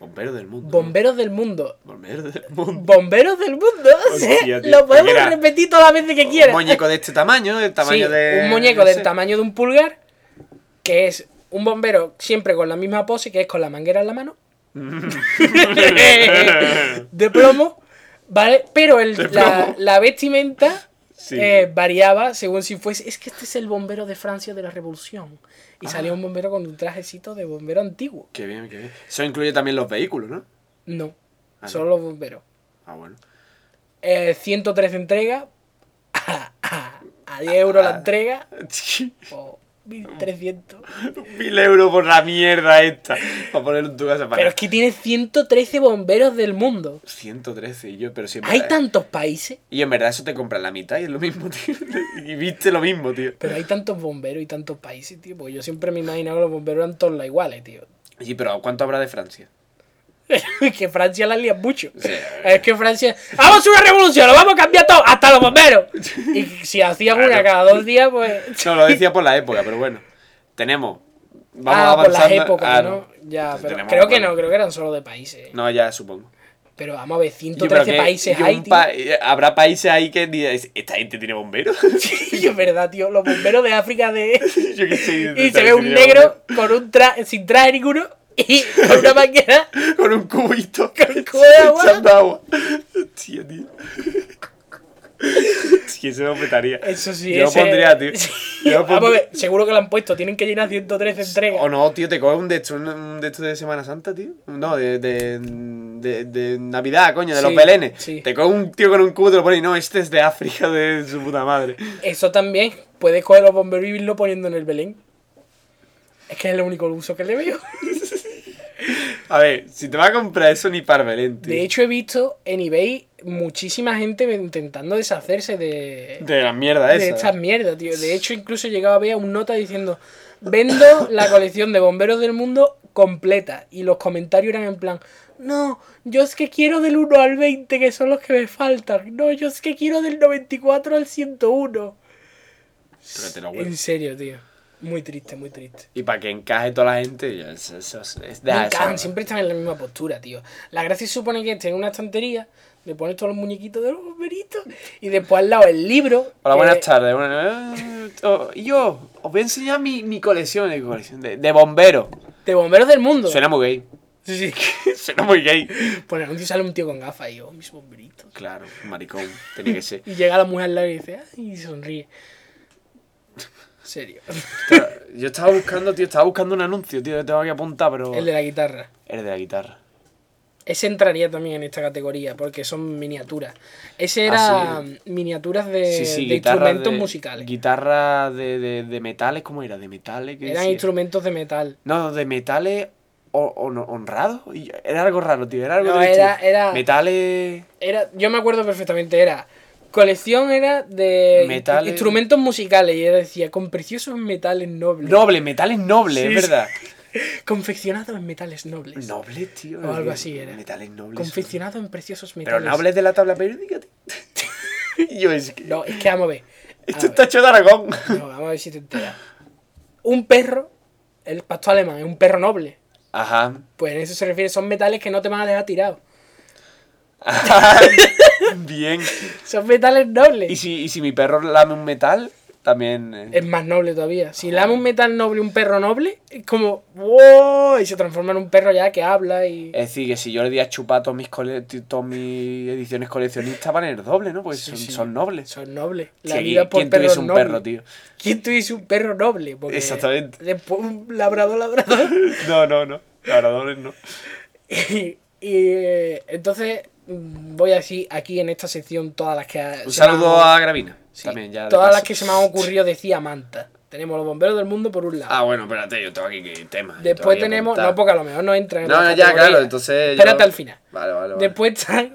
B: Bombero del mundo.
A: Bomberos del mundo.
B: Bombero del mundo.
A: Bomberos del mundo. o sea,
B: Hostia, tío,
A: lo podemos
B: mira.
A: repetir todas las veces que
B: Un
A: quieras.
B: muñeco de este tamaño, del tamaño
A: Sí,
B: de.
A: Un muñeco
B: no
A: del
B: sé.
A: tamaño de un pulgar. Que es un bombero siempre con la misma pose, que es con la manguera en la mano.
B: Mm.
A: de plomo. ¿Vale? Pero el- la,
B: plomo.
A: la vestimenta
B: Sí.
A: eh, variaba según si fuese. Es que este es el bombero de Francia de la Revolución. Y
B: Ah.
A: salía un bombero con un trajecito de bombero antiguo.
B: Qué bien, qué bien. Eso incluye también los vehículos, ¿no?
A: No,
B: Ah, no.
A: solo los bomberos.
B: Ah, bueno.
A: Eh, 103 entregas. A 10 euros
B: Ah.
A: la entrega. O 1300.
B: Mil euros por la mierda esta. Para ponerlo en tu casa. Para...
A: Pero es que tiene 113 bomberos del mundo.
B: 113 y yo, pero siempre.
A: Hay tantos países,
B: ¿eh? Y en verdad eso te compra la mitad y es lo mismo, tío. Y viste lo mismo, tío.
A: pero hay tantos bomberos y tantos países, tío. Porque yo siempre me imaginaba que los bomberos eran todos los iguales, tío.
B: Sí, pero ¿cuánto habrá de Francia?
A: que Francia la lía mucho.
B: Sí.
A: Es que Francia. ¡Vamos a hacer una revolución! ¡Lo vamos a cambiar todo! ¡Hasta los bomberos! Y si hacían una
B: Claro.
A: cada dos días, pues.
B: No, lo decía por la época, pero bueno. Tenemos. Vamos
A: ah, por las
B: avanzando-
A: épocas,
B: Ah,
A: ¿no? Ya,
B: Entonces
A: pero
B: tenemos-
A: creo que
B: bueno.
A: no, creo que eran solo de países.
B: No, ya supongo.
A: Pero vamos a ver,
B: Yo, pero
A: 113
B: que-
A: países
B: y un
A: hay, tío.
B: pa- eh, Habrá países ahí que digan, esta gente tiene bomberos.
A: Sí, es verdad, tío. Los bomberos de África de.
B: Yo qué sé.
A: Y
B: esta
A: se ve
B: gente
A: un
B: tiene
A: negro con un tra- sin traje ninguno y con una manguera.
B: bomberos. Con un cubito.
A: Con un cubo de agua.
B: Echando agua. Hostia, tío. Es que eso me petaría.
A: Eso sí,
B: Yo lo
A: ese-
B: pondría, tío.
A: Sí. Ah,
B: Yo lo
A: Vamos a
B: pondría-
A: ver, seguro que lo han puesto. Tienen que llenar 113 entregas.
B: O no, tío, te coges un de estos, un- un de estos de Semana Santa, tío. No, de, de, de, de Navidad, coño, de
A: Sí,
B: los belenes.
A: sí.
B: Te coges un tío con un cubo y te lo pones y no, este es de África, de su puta madre.
A: Eso también. Puedes coger los bomberos y irlo poniendo en el Belén. Es que es el único uso que le veo.
B: A ver, si te vas a comprar eso, ni par Belén, tío.
A: De hecho, he visto en eBay muchísima gente intentando deshacerse de,
B: De la mierda
A: de
B: esa.
A: estas mierdas, tío. De hecho, incluso he llegado a ver un nota diciendo: Vendo la colección de bomberos del mundo completa. Y los comentarios eran en plan: No, yo es que quiero del 1 al 20, que son los que me faltan. No, yo es que quiero del 94 al 101.
B: Pero te lo huevo.
A: En serio, tío. Muy triste, muy triste.
B: Y para que encaje toda la gente, ya, eso, eso, es- es- deja
A: Me
B: eso,
A: encajan,
B: ¿no?
A: siempre están en la misma postura, tío. La gracia se supone que es tener una estantería, le pones todos los muñequitos de los bomberitos y después al lado el libro. eh,
B: Hola,
A: que-
B: buenas tardes. Bueno, eh, oh, y yo os voy a enseñar mi, mi colección, mi colección de, de bomberos.
A: De bomberos del mundo.
B: Suena muy gay.
A: Sí, sí.
B: Suena muy gay.
A: Por el anuncio sale un tío con gafas y yo, mis bomberitos.
B: Claro, maricón, tenía que ser.
A: Y llega la mujer al lado y dice, "Ay", y sonríe. En serio.
B: Ostras, Yo estaba buscando, tío, estaba buscando un anuncio, tío, que tengo que apuntar, pero.
A: El de la guitarra.
B: El de la guitarra.
A: Ese entraría también en esta categoría, porque son miniaturas. Ese era
B: Ah,
A: miniaturas de,
B: sí, sí,
A: eh, de
B: guitarra
A: instrumentos
B: de-
A: musicales.
B: Guitarra de, de, de metales, ¿cómo era? De metales. que
A: Eran
B: decía?
A: instrumentos de metal.
B: No, de metales o- hon- honrado. Y era algo raro, tío. Era algo
A: No,
B: triste.
A: era- era-
B: Metales.
A: Era, yo me acuerdo perfectamente, era. Colección era de
B: Metales.
A: instrumentos musicales y era, decía, con preciosos metales nobles.
B: Noble, metales nobles,
A: Sí,
B: es verdad.
A: Confeccionado en metales nobles.
B: Noble, tío. eh,
A: O algo así era.
B: Metales nobles.
A: Confeccionado en preciosos
B: Pero
A: metales.
B: no hables de la tabla periódica, tío. Yo es que.
A: No, es que vamos a ver.
B: Esto
A: A ver.
B: está hecho de Aragón.
A: No, vamos a ver si te enteras. Un perro, el pastor alemán, es un perro noble.
B: Ajá.
A: Pues en eso se refiere, son metales que no te van a dejar tirado.
B: Bien.
A: Son metales nobles.
B: ¿Y si, y si mi perro lame un metal, también. eh,
A: Es más noble todavía. Si lame un metal noble un perro noble, es como ¡wow! Y se transforma en un perro ya que habla y.
B: Es decir, que si yo le di a chupar todas mis, cole- t- todas mis ediciones coleccionistas, van el doble, ¿no? Porque
A: Sí,
B: son,
A: sí.
B: son nobles.
A: Son nobles. La
B: Si aquí-
A: vida por
B: ¿Quién tuviese un
A: noble.
B: perro, tío?
A: ¿Quién tuviese un perro noble? Porque
B: Exactamente.
A: Después un labrador, labrador.
B: No, no, no. Labradores no.
A: Pues y eh, entonces mm, voy a decir aquí en esta sección todas las que.
B: Un saludo a Gravina.
A: Sí,
B: También, ya de
A: todas
B: paso.
A: las que se me han ocurrido decía Manta. Tenemos los bomberos del mundo por un lado.
B: Ah, bueno, espérate, yo tengo aquí que tema. yo tengo
A: Después
B: aquí que
A: tenemos.
B: apuntar.
A: No, porque a lo mejor no entra en
B: No,
A: la
B: no, ya,
A: categoría.
B: claro, entonces. yo-
A: Espérate al final.
B: Vale, vale, vale.
A: Después está.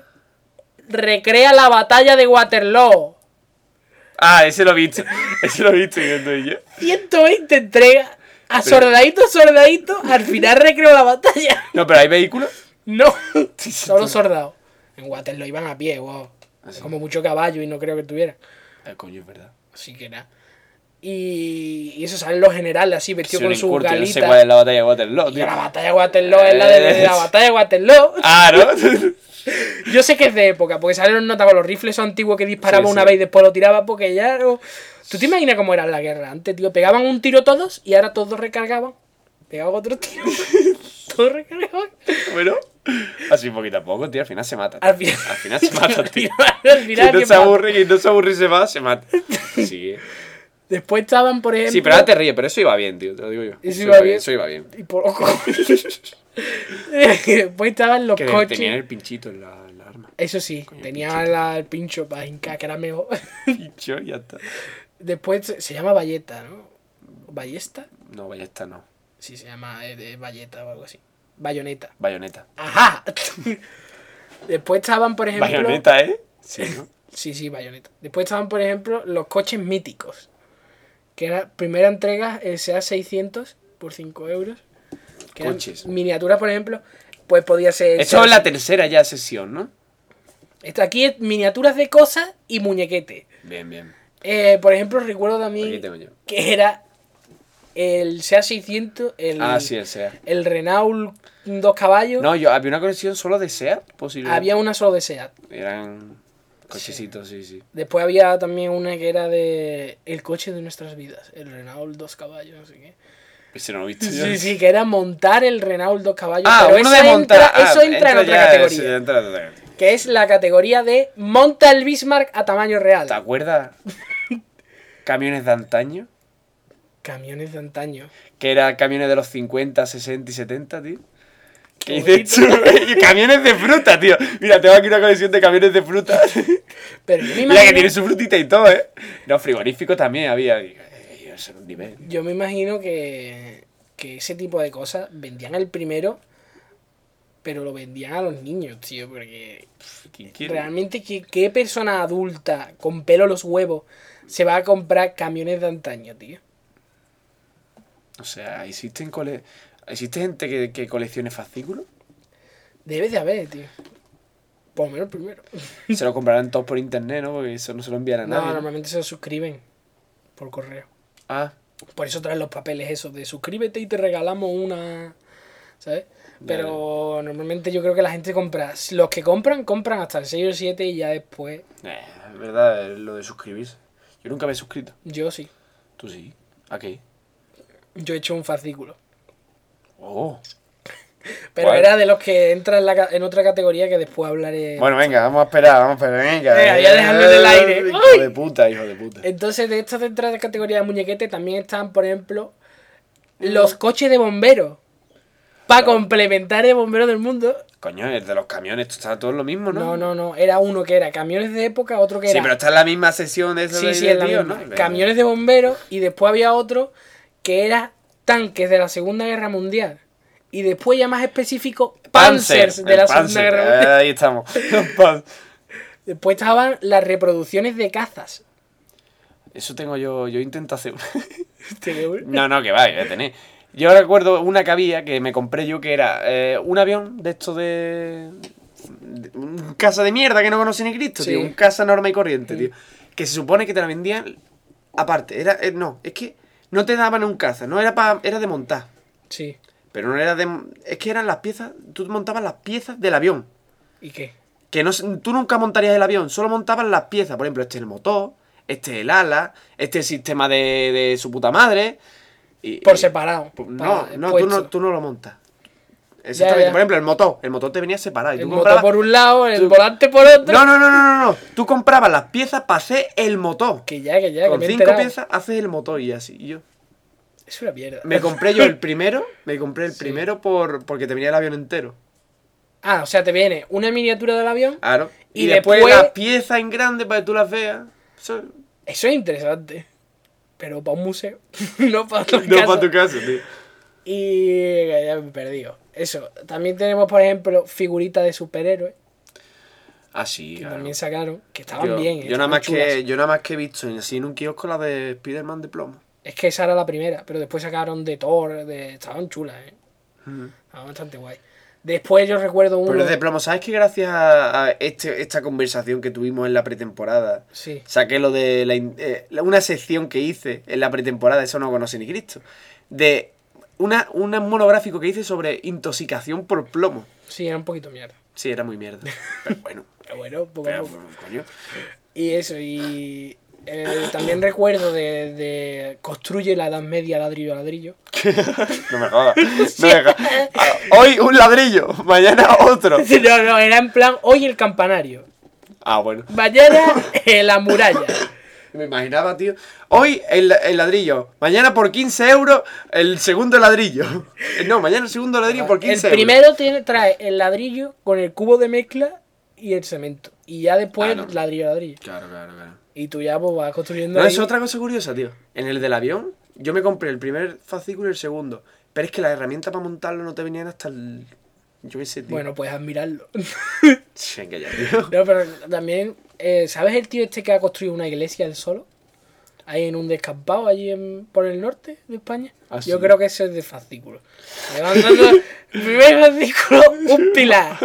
A: Recrea la batalla de Waterloo.
B: Ah, ese lo he visto. Ese lo he visto viendo yo.
A: 120 entregas. A
B: Pero-
A: sordadito, sordadito. Al final recreó la batalla.
B: No, pero hay vehículos.
A: No.
B: Sí, sí,
A: Solo
B: sí.
A: sordado. En Waterloo iban a pie, wow. Como mucho caballo y no creo que tuvieran.
B: Ah, coño, es verdad.
A: Así que nada. Y, y eso salen los generales así,
B: Soy
A: vestidos
B: un
A: con su
B: encurto, yo no sé
A: galita.
B: cuál es la batalla de Waterloo,
A: Y
B: tío. Eh.
A: la batalla de Waterloo es la de, de la batalla de Waterloo.
B: Ah, ¿no?
A: Yo sé que es de época, porque salieron nota con los rifles esos antiguos que disparaba
B: Sí,
A: una
B: sí.
A: vez y después lo tiraba porque ya. no- ¿Tú te imaginas cómo era la guerra antes, tío? Pegaban un tiro todos y ahora todos recargaban. Pegaban otro tiro. todos recargaban.
B: Bueno, así poquito a poco, tío. Al final se mata. tío.
A: Al final-
B: Al final se mata, tío.
A: Al final,
B: Quien no
A: ¿qué
B: se
A: pasa?
B: aburre, quien no se aburre y se va, se mata. Sí,
A: Después estaban, por ejemplo.
B: sí pero ahora te ríes, pero eso iba bien, tío, te lo digo yo.
A: Eso iba bien.
B: Eso iba bien.
A: Y por ojo. Después estaban los
B: Que
A: coches.
B: tenían el pinchito en la, en la arma.
A: Eso sí,
B: Coño,
A: tenía
B: pinchito.
A: la- el pincho para hincar, que era mejor.
B: Pincho, ya está.
A: Después se se llama Valleta, ¿no? ¿Ballesta?
B: No, ballesta no.
A: Sí, se llama eh, de Valleta o algo así. Bayoneta.
B: Bayoneta.
A: ¡Ajá! Después estaban, por ejemplo.
B: Bayoneta, ¿eh? Sí, ¿no?
A: Sí, sí, bayoneta. Después estaban, por ejemplo, los coches míticos. Que era primera entrega, el SEA 600 por 5 euros. Que eran
B: Coches.
A: miniaturas, por ejemplo. Pues podía ser.
B: Eso es la tercera ya sesión, ¿no?
A: Esto aquí es miniaturas de cosas y muñequete.
B: Bien, bien.
A: Eh, por ejemplo, recuerdo
B: Aquí
A: también
B: tengo yo.
A: que era el SEA 600, el,
B: Ah, sí, el SEA.
A: el Renault dos caballos.
B: No, yo había una colección solo de SEAT, posiblemente.
A: Había una solo de SEAT.
B: Eran cochecitos, sí, sí.
A: Después había también una que era de el coche de nuestras vidas, el Renault dos caballos, no sé qué.
B: Ese Pues no lo he visto yo.
A: Sí, sí, que era montar el Renault dos caballos.
B: Ah,
A: pero
B: uno
A: esa
B: de montar.
A: entra-
B: Ah,
A: eso entra, en otra
B: ya,
A: categoría.
B: sí, entra en otra categoría.
A: Que es la categoría de monta el Bismarck a tamaño real.
B: ¿Te acuerdas? Camiones de antaño.
A: Camiones de antaño.
B: Que eran camiones de los 50, 60 y 70, tío.
A: Qué
B: Y, de
A: bonito.
B: hecho, y camiones de fruta, tío. Mira, tengo aquí una colección de camiones de fruta.
A: Pero yo me
B: Mira que
A: imagino,
B: tiene su frutita y todo, ¿eh? No, frigoríficos también había. Y- y Eso era un nivel.
A: yo me imagino que, que ese tipo de cosas vendían el primero, pero lo vendían a los niños, tío, porque
B: ¿Quién quiere?
A: realmente ¿qué, qué persona adulta con pelo en los huevos se va a comprar camiones de antaño, tío.
B: O sea, ¿existen cole... ¿existe gente que, que coleccione fascículos?
A: Debe de haber, tío. Por lo menos el primero.
B: Se lo comprarán todos por internet, ¿no? Porque eso no se lo envían a nadie.
A: No,
B: ¿no?
A: normalmente se suscriben por correo.
B: Ah,
A: Por eso traen los papeles esos de suscríbete y te regalamos una. ¿Sabes? Pero normalmente yo creo que la gente compra. Los que compran, compran hasta el 6 o el 7 y ya después.
B: eh, es verdad, eh, lo de suscribirse. Yo nunca me he suscrito.
A: Yo sí.
B: ¿Tú sí? ¿A qué?
A: Yo he hecho un fascículo.
B: Oh.
A: Pero
B: Guay.
A: era de los que entra en, la ca- en otra categoría que después hablaré.
B: Bueno, venga, vamos a esperar, vamos a esperar, venga. Eh,
A: Venga, ya dejadme en el aire. ¡Ay! Eh.
B: Hijo de puta, hijo de puta.
A: Entonces, de estas dentro de categoría de muñequete también están, por ejemplo,
B: Mm.
A: los coches de bomberos. Para complementar el bombero del mundo.
B: Coño, el de los camiones, esto está todo lo mismo, ¿no?
A: No, no, no. Era uno que era camiones de época, otro que
B: Sí,
A: era.
B: pero está en la misma sesión de eso
A: Sí,
B: de
A: sí, es la
B: tío,
A: misma.
B: ¿no?
A: Camiones de bomberos y después había otro que era tanques de la Segunda Guerra Mundial. Y después ya más específico, Panzers de la
B: el Panzer. eh,
A: Segunda Guerra Mundial.
B: Ahí estamos. Los Pan-
A: Después estaban las reproducciones de cazas.
B: Eso tengo yo, yo intento hacer una. ¿Este,
A: Tiene un-
B: No, no, que va, que voy a tener. Yo recuerdo una que había que me compré yo que era eh, un avión de estos de... de- Un casa de mierda que no conoce ni Cristo,
A: Sí. Mm.
B: tío. Un casa norma y corriente, tío. Que se supone que te la vendían aparte. Era, eh, no, es que no te daban un caza, no era para era de montar.
A: Sí.
B: Pero no era de... Es que eran las piezas, tú montabas las piezas del avión.
A: ¿Y qué?
B: Que no, s- tú nunca montarías el avión, solo montabas las piezas. Por ejemplo, este es el motor, este es el ala, este es el sistema de, de su puta madre. Y,
A: Por
B: y-
A: separado.
B: Pu- Pues, No,
A: para-
B: no tú,
A: eh, puesto.
B: no, tú no lo montas. Exactamente.
A: ya.
B: Por ejemplo, el motor. El motor te venía separado. Y tú
A: El motor
B: comprabas...
A: por un lado, el
B: tú-
A: volante por otro.
B: No, no, no, no, no, no. Tú comprabas las piezas para hacer el motor.
A: Que ya, que ya,
B: Con
A: que me he
B: cinco
A: enterado.
B: piezas haces el motor y así. Y yo.
A: Es una mierda.
B: Me compré yo el primero. Me compré el primero por porque te venía el avión entero.
A: Ah, o sea, te viene una miniatura del avión.
B: Claro. Y,
A: Y
B: después,
A: después-
B: las piezas en grande para que tú las veas. Eso-
A: Eso es interesante. Pero para un museo. no para tu
B: No
A: casa.
B: para tu casa, tío.
A: Y ya me he perdido. Eso. También tenemos, por ejemplo, figuritas de superhéroes.
B: Así,
A: Que
B: Ah, claro.
A: también sacaron. Que estaban
B: Yo,
A: bien.
B: yo
A: estaban
B: nada más
A: chulas.
B: que, yo nada más que he visto en- así en un kiosco la de Spider-Man de plomo.
A: Es que esa era la primera. Pero después sacaron de Thor. De... Estaban chulas, eh. Estaban bastante guay. Después yo recuerdo uno.
B: Pero de plomo, ¿sabes que gracias a, a este, esta conversación que tuvimos en la pretemporada,
A: Sí.
B: saqué lo de la in- eh, la- una sección que hice en la pretemporada, eso no conoce ni Cristo, de una, un monográfico que hice sobre intoxicación por plomo.
A: Sí, era un poquito mierda.
B: Sí, era muy mierda. Pero bueno,
A: Pero bueno, poco a
B: pero,
A: poco.
B: coño.
A: Y eso, y eh, también recuerdo de, de Construye la Edad Media ladrillo a ladrillo.
B: No me jodas. no me jodas. Ah, Hoy un ladrillo, mañana otro.
A: No, no, era en plan hoy el campanario,
B: Ah, bueno.
A: mañana eh, la muralla.
B: Me imaginaba, tío. Hoy el, el ladrillo. Mañana por 15 euros el segundo ladrillo. No, mañana el segundo ladrillo por 15
A: El
B: euros.
A: primero tiene, trae el ladrillo con el cubo de mezcla y el cemento. Y ya después
B: Ah, no.
A: ladrillo a ladrillo.
B: Claro, claro, claro.
A: Y tú ya pues, vas construyendo.
B: No,
A: ahí.
B: es otra cosa curiosa, tío. En el del avión, yo me compré el primer fascículo y el segundo. Pero es que las herramientas para montarlo no te venían hasta el. Yo qué sé, tío.
A: Bueno, pues admirarlo.
B: Sí, que ya, tío.
A: No, pero también, eh, ¿sabes el tío este que ha construido una iglesia él solo? Ahí en un descampado, allí en- por el norte de España.
B: ¿Ah,
A: Yo
B: sí?
A: creo que ese es de fascículo. Levantando el primer fascículo, un pilar.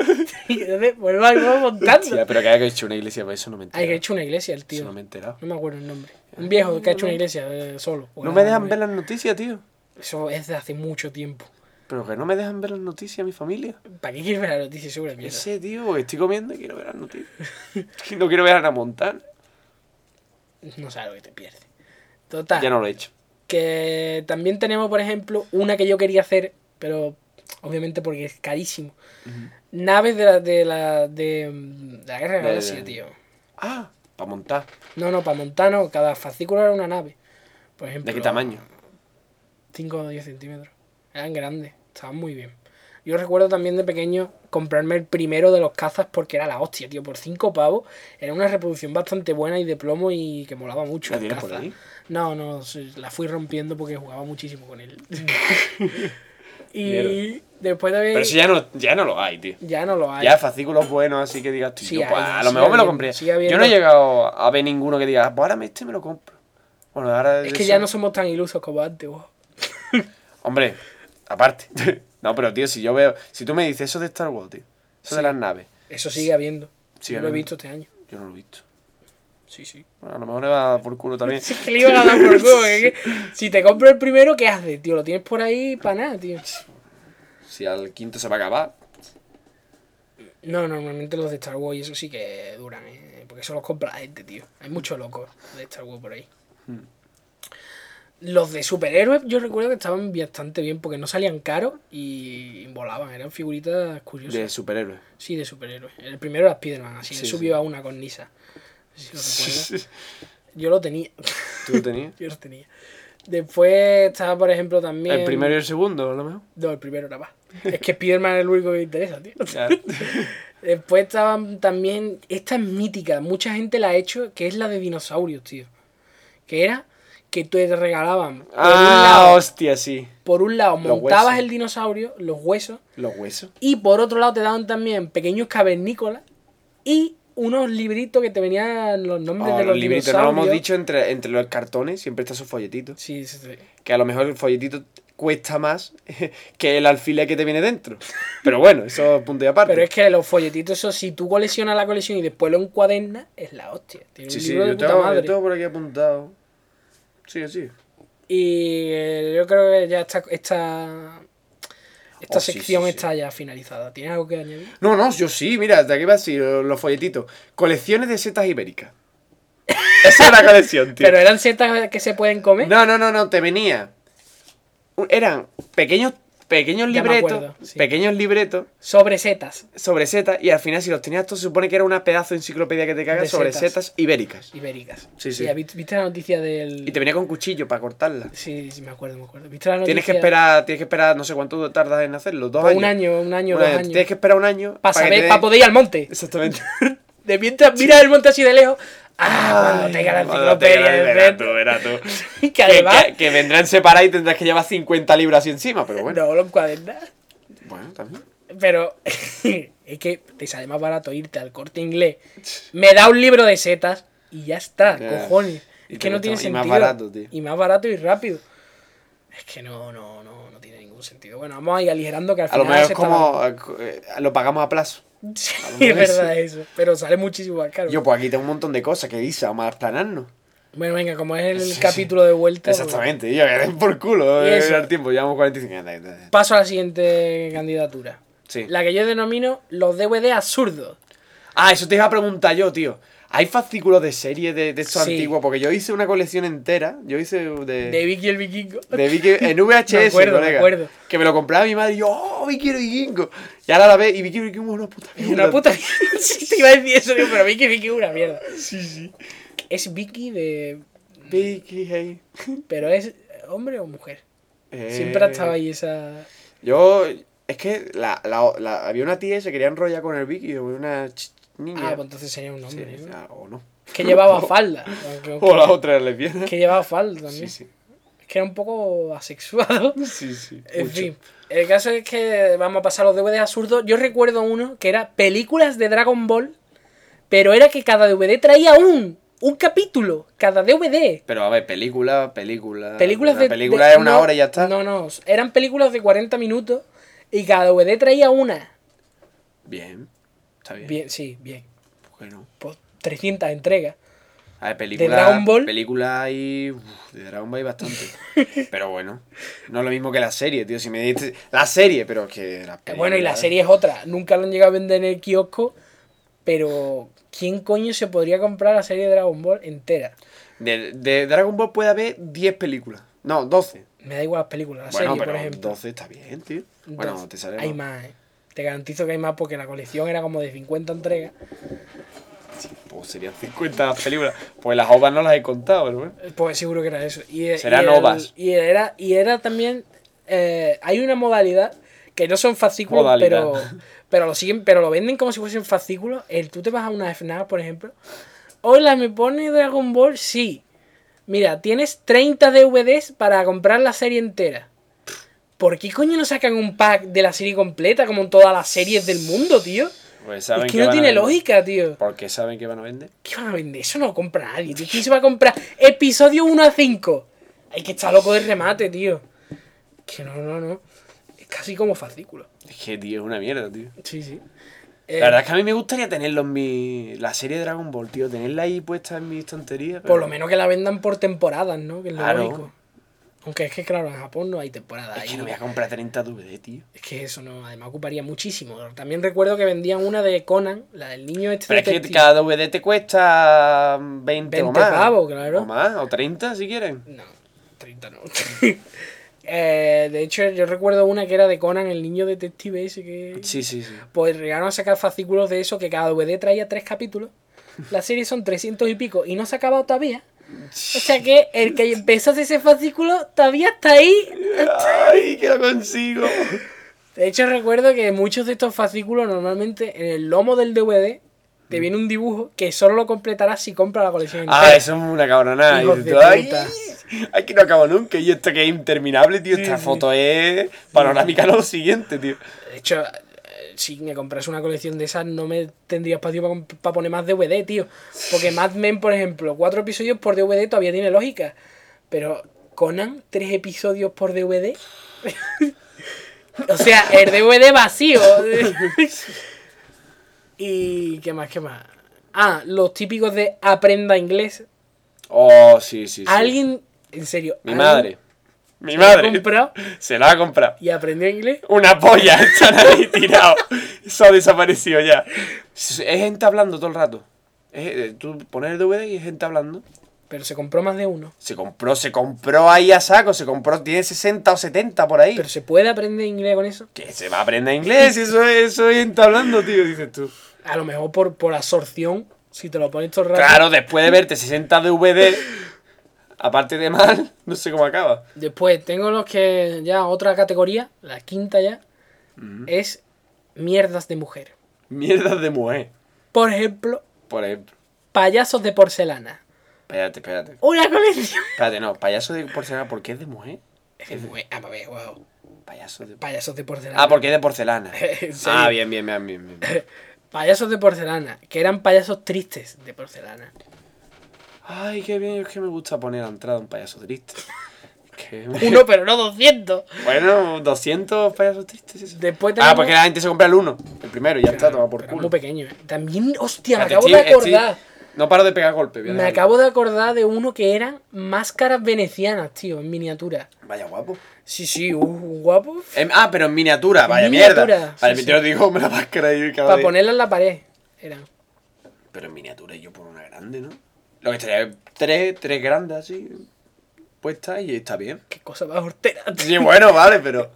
A: Y entonces, pues va, va montando.
B: Tía, pero que haya hecho una iglesia, pues eso no me he
A: Hay que
B: enterado.
A: ha hecho una iglesia el tío.
B: Eso no me he enterado.
A: No me acuerdo el nombre. Un viejo que ha hecho una iglesia eh, solo.
B: No me dejan ver las noticias, tío.
A: Eso es de hace mucho tiempo.
B: Pero que no me dejan ver las noticias, mi familia.
A: ¿Para qué quieres ver la noticia sobre mierda?
B: Ese, tío, porque estoy comiendo y quiero ver las noticias. Y no quiero ver a Ana Montana.
A: No sabes lo que te pierdes. Total.
B: Ya no lo he hecho.
A: Que también tenemos, por ejemplo, una que yo quería hacer, pero obviamente porque es carísimo. Naves de la, de la, de, mm, de la guerra de
B: De-
A: la galaxia,
B: de-
A: tío.
B: Ah, para montar.
A: No, no, para Montano, cada fascículo era una nave. Por ejemplo,
B: ¿De qué tamaño?
A: 5 o 10 centímetros. Eran grandes, estaban muy bien. Yo recuerdo también de pequeño comprarme el primero de los cazas porque era la hostia, tío. Por 5 pavos era una reproducción bastante buena y de plomo y que molaba mucho.
B: ¿La
A: el
B: tienes por
A: caza.
B: ahí?
A: No, no, sí, la fui rompiendo porque jugaba muchísimo con él. y
B: Mierda.
A: después de
B: Pero eso ya no, ya no lo hay, tío.
A: ya no lo hay.
B: Ya fascículos buenos, así que digas, tío,
A: Sí,
B: yo,
A: hay,
B: pues, a
A: sigue
B: lo mejor me lo
A: habiendo,
B: compré.
A: sigue habiendo.
B: Yo no he llegado a ver ninguno que diga, pues ahora me- este me lo compro. Bueno, ahora.
A: es
B: de
A: que
B: eso-
A: ya no somos tan ilusos como antes, wow.
B: Hombre, aparte. no, pero tío, si yo veo. Si tú me dices eso de Star Wars, tío. Eso de las naves.
A: Eso sigue habiendo.
B: Sigue
A: Yo lo he visto
B: habiendo.
A: este año.
B: Yo no lo he visto.
A: Sí, sí.
B: Bueno, a lo mejor le va por culo también.
A: Es que le iba a dar por culo, es que si te compro el primero, ¿qué haces, tío? Lo tienes por ahí para nada, tío.
B: si al quinto se va a acabar.
A: No, normalmente los de Star Wars y eso sí que duran, ¿eh? porque eso los compra la gente, tío. Hay muchos locos de Star Wars por ahí.
B: Hmm.
A: Los de superhéroes yo recuerdo que estaban bastante bien porque no salían caros y volaban, eran figuritas curiosas.
B: De superhéroes.
A: Sí, de superhéroes. El primero era Spiderman, así,
B: Sí,
A: le
B: sí.
A: subió a una con Nisa. Si lo recuerdas. Yo lo tenía,
B: ¿Tú lo tenías?
A: yo lo tenía. Después estaba, por ejemplo, también...
B: El primero y el segundo, a lo mejor.
A: No, el primero nada más. Es que Spiderman es el único que me interesa, tío.
B: Ya.
A: Después estaban también. Esta es mítica, mucha gente la ha hecho, que es la de dinosaurios, tío. Que era que te regalaban. Por, un,
B: Ah,
A: lado,
B: hostia, sí.
A: por un lado,
B: Los
A: montabas
B: huesos.
A: el dinosaurio, los huesos,
B: Los huesos.
A: y por otro lado te daban también pequeños cavernícolas y unos libritos que te venían los nombres
B: Ah,
A: de los,
B: los libritos, no lo hemos
A: dinosaurios.
B: dicho, entre, entre los cartones siempre está su folletito.
A: Sí, sí, sí.
B: Que a lo mejor el folletito cuesta más que el alfiler que te viene dentro. Pero bueno, eso es punto y aparte.
A: Pero es que los folletitos, eso, si tú coleccionas la colección y después lo encuadernas, es la hostia. Tiene
B: Sí,
A: un
B: sí,
A: libro de
B: yo
A: puta
B: tengo,
A: madre.
B: yo tengo por aquí apuntado. Sí, sí.
A: Y eh, yo creo que ya está esta, esta
B: Oh, sí,
A: sección
B: sí, sí.
A: está ya finalizada. ¿Tienes algo que añadir?
B: No, no, yo sí, mira, de aquí va así, lo- los folletitos. Colecciones de setas ibéricas. Esa es la colección, tío.
A: Pero ¿eh? eran ciertas que se pueden comer.
B: No, no, no, no, te venía. Un- Eran pequeños, pequeños
A: Ya me
B: libretos,
A: acuerdo, sí.
B: pequeños libretos
A: Sobre setas
B: sobre setas y al final si los tenías todos se supone que era una pedazo de enciclopedia que te
A: De
B: cagas sobre
A: setas.
B: setas. ibéricas.
A: ibéricas.
B: Sí, sí.
A: Y, ¿viste- ¿Viste la noticia del...?
B: Y te venía con cuchillo para cortarla.
A: Sí, sí, me acuerdo, me acuerdo. ¿Viste la noticia?
B: Tienes que esperar, tienes que esperar, no sé cuánto tardas en hacerlo, dos
A: Pues
B: años.
A: Un año, un año,
B: Un
A: dos
B: año.
A: años.
B: Tienes que esperar un año
A: Para
B: que te
A: saber,
B: den-
A: para poder ir al monte.
B: Exactamente.
A: De mientras miras el monte así de lejos. Ah,
B: Ay,
A: cuando tenga la
B: cuando tenga la-
A: enciclopedia de
B: verás tú,
A: frente.
B: verás tú.
A: Y que
B: Que,
A: además
B: que- que vendrán separadas y tendrás que llevar 50 libras así encima, pero bueno.
A: no lo encuadernas.
B: Bueno, también.
A: Pero es que te sale más barato irte al corte inglés. Me da un libro de setas y ya está,
B: Ya.
A: cojones.
B: Y
A: Es
B: te
A: que no
B: gusta
A: tiene
B: más. Y
A: sentido.
B: más barato, tío.
A: Y más barato y rápido. Es que no, no, no, no tiene ningún sentido. Bueno, vamos a ir aligerando que al
B: A
A: final
B: lo mejor
A: se
B: es
A: está
B: como. eh, lo pagamos a
A: la-
B: plazo. a lo
A: Sí, es
B: mejor es-
A: verdad eso. Pero sale muchísimo más caro.
B: Yo, pues aquí tengo un montón de cosas que dice, vamos a aplanarnos.
A: Bueno, venga, como es el
B: Sí, sí.
A: capítulo de vuelta. pues,
B: Exactamente, yo, que den por culo.
A: Y
B: eh,
A: eso.
B: el tiempo, llevamos 45 años.
A: Paso a la siguiente candidatura.
B: Sí.
A: La que yo denomino los DVD absurdos.
B: Ah, eso te iba a preguntar yo, tío. ¿Hay fascículos de serie de, de estos
A: Sí.
B: antiguos? Porque yo hice una colección entera. Yo hice de.
A: De Vicky el Vikingo.
B: de Vicky en VHS,
A: Me acuerdo, me
B: colega,
A: acuerdo.
B: que me lo compraba mi madre y yo, ¡oh, Vicky el Vikingo! Y ahora la ve y Vicky el Vikingo es una puta
A: Es
B: mierda.
A: una puta mierda. Sí, te iba a decir eso, digo, pero Vicky, Vicky es una mierda.
B: Sí, sí.
A: Es Vicky de.
B: Vicky, hey.
A: Pero es hombre o mujer.
B: Eh,
A: Siempre ha estado ahí esa.
B: Yo, es que la, la- la- había una tía que se quería enrollar con el Vicky, una ch- niña.
A: Ah, pues entonces sería un
B: Sí,
A: hombre. ¿no?
B: ah, o no.
A: Que llevaba falda. aunque-
B: O la otra era lesbiana.
A: Que llevaba falda
B: Sí,
A: también.
B: sí.
A: Es que era un poco asexuado.
B: Sí, sí.
A: En
B: mucho.
A: fin. El caso es que vamos a pasar los DVDs absurdos. Yo recuerdo uno que era películas de Dragon Ball, pero era que cada DVD traía un, un capítulo, cada DVD.
B: Pero a ver, película, película.
A: Películas
B: una
A: de.
B: Ah, película
A: de-
B: es una
A: no,
B: hora y ya está.
A: No, no. Eran películas de 40 minutos y cada DVD traía una.
B: Bien. Está bien.
A: Bien, sí, bien.
B: ¿Por qué no?
A: Pues 300 entregas.
B: A ver, película,
A: Dragon Ball?
B: película hay. uf, de Dragon Ball hay bastante. pero bueno, no es lo mismo que la serie, tío. Si me dices. La serie, pero es que. las
A: Que bueno, y la
B: películas-
A: serie es otra. Nunca lo han llegado a vender en el kiosco. Pero, ¿quién coño se podría comprar la serie de Dragon Ball entera?
B: De, de Dragon Ball puede haber 10 películas. No, 12.
A: Me da igual las películas, la
B: bueno,
A: serie,
B: pero
A: por ejemplo.
B: 12 está bien, tío. Bueno,
A: Entonces,
B: te sale.
A: Hay
B: ¿no?
A: más, eh. Te garantizo que hay más porque la colección era como de 50 entregas.
B: Pues serían 50 películas. Pues las obras no las he contado, pero bueno.
A: Pues seguro que era eso. Y,
B: Serán
A: y el-
B: ovas.
A: Y era, y era también. eh, hay una modalidad que no son fascículos,
B: Modalidad.
A: pero, pero lo siguen, pero lo venden como si fuesen fascículos. El, tú te vas a una FNAC, por ejemplo. Hola, ¿me pone Dragon Ball? Sí. Mira, tienes 30 DVDs para comprar la serie entera. ¿Por qué coño no sacan un pack de la serie completa como en todas las series del mundo, tío?
B: Pues saben
A: Es que
B: que
A: no
B: van a
A: tiene
B: vender.
A: lógica, tío.
B: Porque saben que van a vender.
A: ¿Qué van a vender? Eso no lo compra nadie, tío. ¿Quién se va a comprar episodio 1 a 5? Hay que estar loco de remate, tío. Que no, no, no. Es casi como fascículo.
B: Es que, tío, es una mierda, tío.
A: Sí, sí. Eh,
B: La verdad es que a mí me gustaría tenerlo en mi. La serie de Dragon Ball, tío. Tenerla ahí puesta en mi estantería. pero-
A: Por lo menos que la vendan por temporadas, ¿no? Que es lo
B: Claro.
A: lógico. Aunque es que, claro, en Japón no hay temporada.
B: Es
A: ahí.
B: que no voy a comprar 30 DVD, tío.
A: Es que eso no, además ocuparía muchísimo. También recuerdo que vendían una de Conan, la del niño este
B: Pero es que
A: detective.
B: cada DVD te cuesta 20,
A: 20
B: o más.
A: pavos, claro.
B: O más, o 30 si quieren.
A: No, 30 no. Eh, de hecho, yo recuerdo una que era de Conan, el niño detective ese que...
B: Sí, sí, sí.
A: Pues llegaron a sacar fascículos de eso, que cada DVD traía tres capítulos. La serie son 300 y pico y no se ha acabado todavía. O sea que el que empezó a hacer ese fascículo todavía está ahí.
B: ¡Ay, que lo consigo!
A: De hecho, recuerdo que muchos de estos fascículos normalmente en el lomo del DVD te viene un dibujo que solo lo completarás si compras la colección entera.
B: ¡Ah, eso es una cabronada!
A: Hijos
B: Y
A: de
B: tú, ¡ay!
A: puta.
B: Aquí no acabo nunca. Y esto que es interminable, tío. Esta
A: Sí, sí.
B: foto es panorámica lo siguiente, tío.
A: De hecho, eh, si me compras una colección de esas, no me tendría espacio para poner más DVD, tío. Porque Mad Men, por ejemplo, cuatro episodios por DVD todavía tiene lógica. Pero Conan, tres episodios por DVD. o sea, el DVD vacío. y qué más, qué más. Ah, los típicos de aprenda inglés.
B: Oh, sí, sí, sí.
A: Alguien, en serio.
B: Mi
A: alguien
B: madre. Mi
A: se la
B: madre.
A: compró
B: Se la ha comprado.
A: y aprendió inglés.
B: Una polla, están ahí tirado. Eso ha desaparecido ya. Es es gente hablando todo el rato. Es- eh, tú pones el DVD y es gente hablando.
A: Pero se compró más de uno.
B: Se compró, se compró ahí a saco, se compró, tiene 60 o 70 por ahí.
A: Pero se puede aprender inglés con eso.
B: Que se va a aprender inglés, eso es, eso es gente hablando, tío, dices tú.
A: A lo mejor por, por absorción, si te lo pones todo el rato.
B: Claro, después de verte 60 DVD, aparte de mal, no sé cómo acaba.
A: Después tengo los que ya otra categoría, la quinta ya, es mierdas de mujer.
B: Mierdas de mujer,
A: Por ejemplo,
B: por ejemplo.
A: payasos de porcelana.
B: Espérate, espérate.
A: Una colección.
B: Espérate, no, payaso de porcelana, ¿por qué es de mujer?
A: Es de mujer. Ah, a ver, wow.
B: Payaso de
A: Payasos de porcelana.
B: Ah, porque es de porcelana.
A: En serio.
B: ah, bien, bien, bien, bien, bien.
A: Payasos de porcelana, que eran payasos tristes de porcelana.
B: Ay, qué bien, es que me gusta poner a la entrada un payaso triste. Que me-
A: Uno, pero no 200.
B: Bueno, 200 payasos tristes. Eso.
A: Después
B: Ah,
A: tenemos-
B: porque la gente se compra el uno, el primero, y ya está, toma por
A: Pero
B: culo.
A: muy pequeño. ¿eh? También, hostia, me
B: Espérate,
A: acabo de
B: estoy- estoy-
A: acordar.
B: No paro de pegar golpes. voy a
A: Me
B: dejarlo.
A: acabo de acordar de uno que eran máscaras venecianas, tío, en miniatura.
B: Vaya guapo.
A: Sí, sí, un- un guapo.
B: Em, ah, pero en miniatura,
A: En
B: vaya
A: miniatura,
B: mierda. Vale,
A: sí,
B: te lo digo, me la máscara y cada
A: Para
B: vez-
A: ponerla en la pared. Eran.
B: Pero en miniatura yo por una grande, ¿no? Lo que estaría es tres, tres grandes así, puestas y está bien.
A: Qué cosa más hortera.
B: Sí, bueno, vale, pero.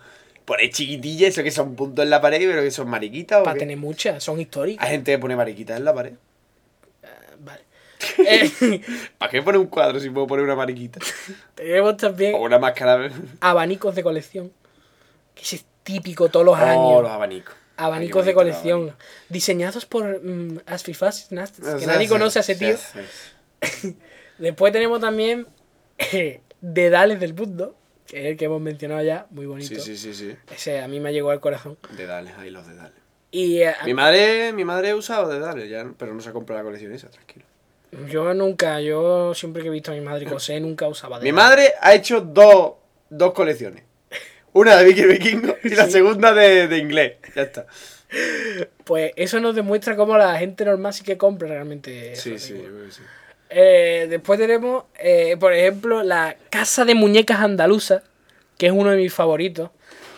B: Poner chiquitillas, eso que son puntos en la pared, pero que son mariquitas. ¿o
A: Para
B: qué?
A: tener muchas, son históricas.
B: Hay gente que pone mariquitas en la pared.
A: Vale. Eh,
B: ¿Para qué poner un cuadro si puedo poner una mariquita?
A: tenemos
B: O
A: también
B: una máscara.
A: abanicos de colección. Que ese es típico todos los
B: Oh, los
A: años.
B: abanicos.
A: Abanicos de colección. Diseñados por mm, Asfifaz Nastas, Que nadie conoce a ese tío. Después tenemos también eh, Dedales del Mundo. Que es el que hemos mencionado ya. Muy bonito.
B: Sí, sí, sí, sí.
A: Ese a mí me llegó al corazón.
B: Dedales, ahí los dedales.
A: Y eh,
B: Mi madre, mi madre usa dedales, ya, pero no se ha comprado la colección esa, tranquilo.
A: yo nunca, yo siempre que he visto a mi madre coser, nunca usaba
B: Mi
A: dedales.
B: madre ha hecho dos, dos colecciones. Una de Vicky Vikingo y la segunda de, de inglés. Ya está.
A: Pues eso nos demuestra cómo la gente normal sí que compra realmente.
B: Sí,
A: esas
B: sí, yo
A: figuras.
B: creo que sí.
A: Eh, después tenemos, eh, por ejemplo, la Casa de Muñecas Andaluza, que es uno de mis favoritos,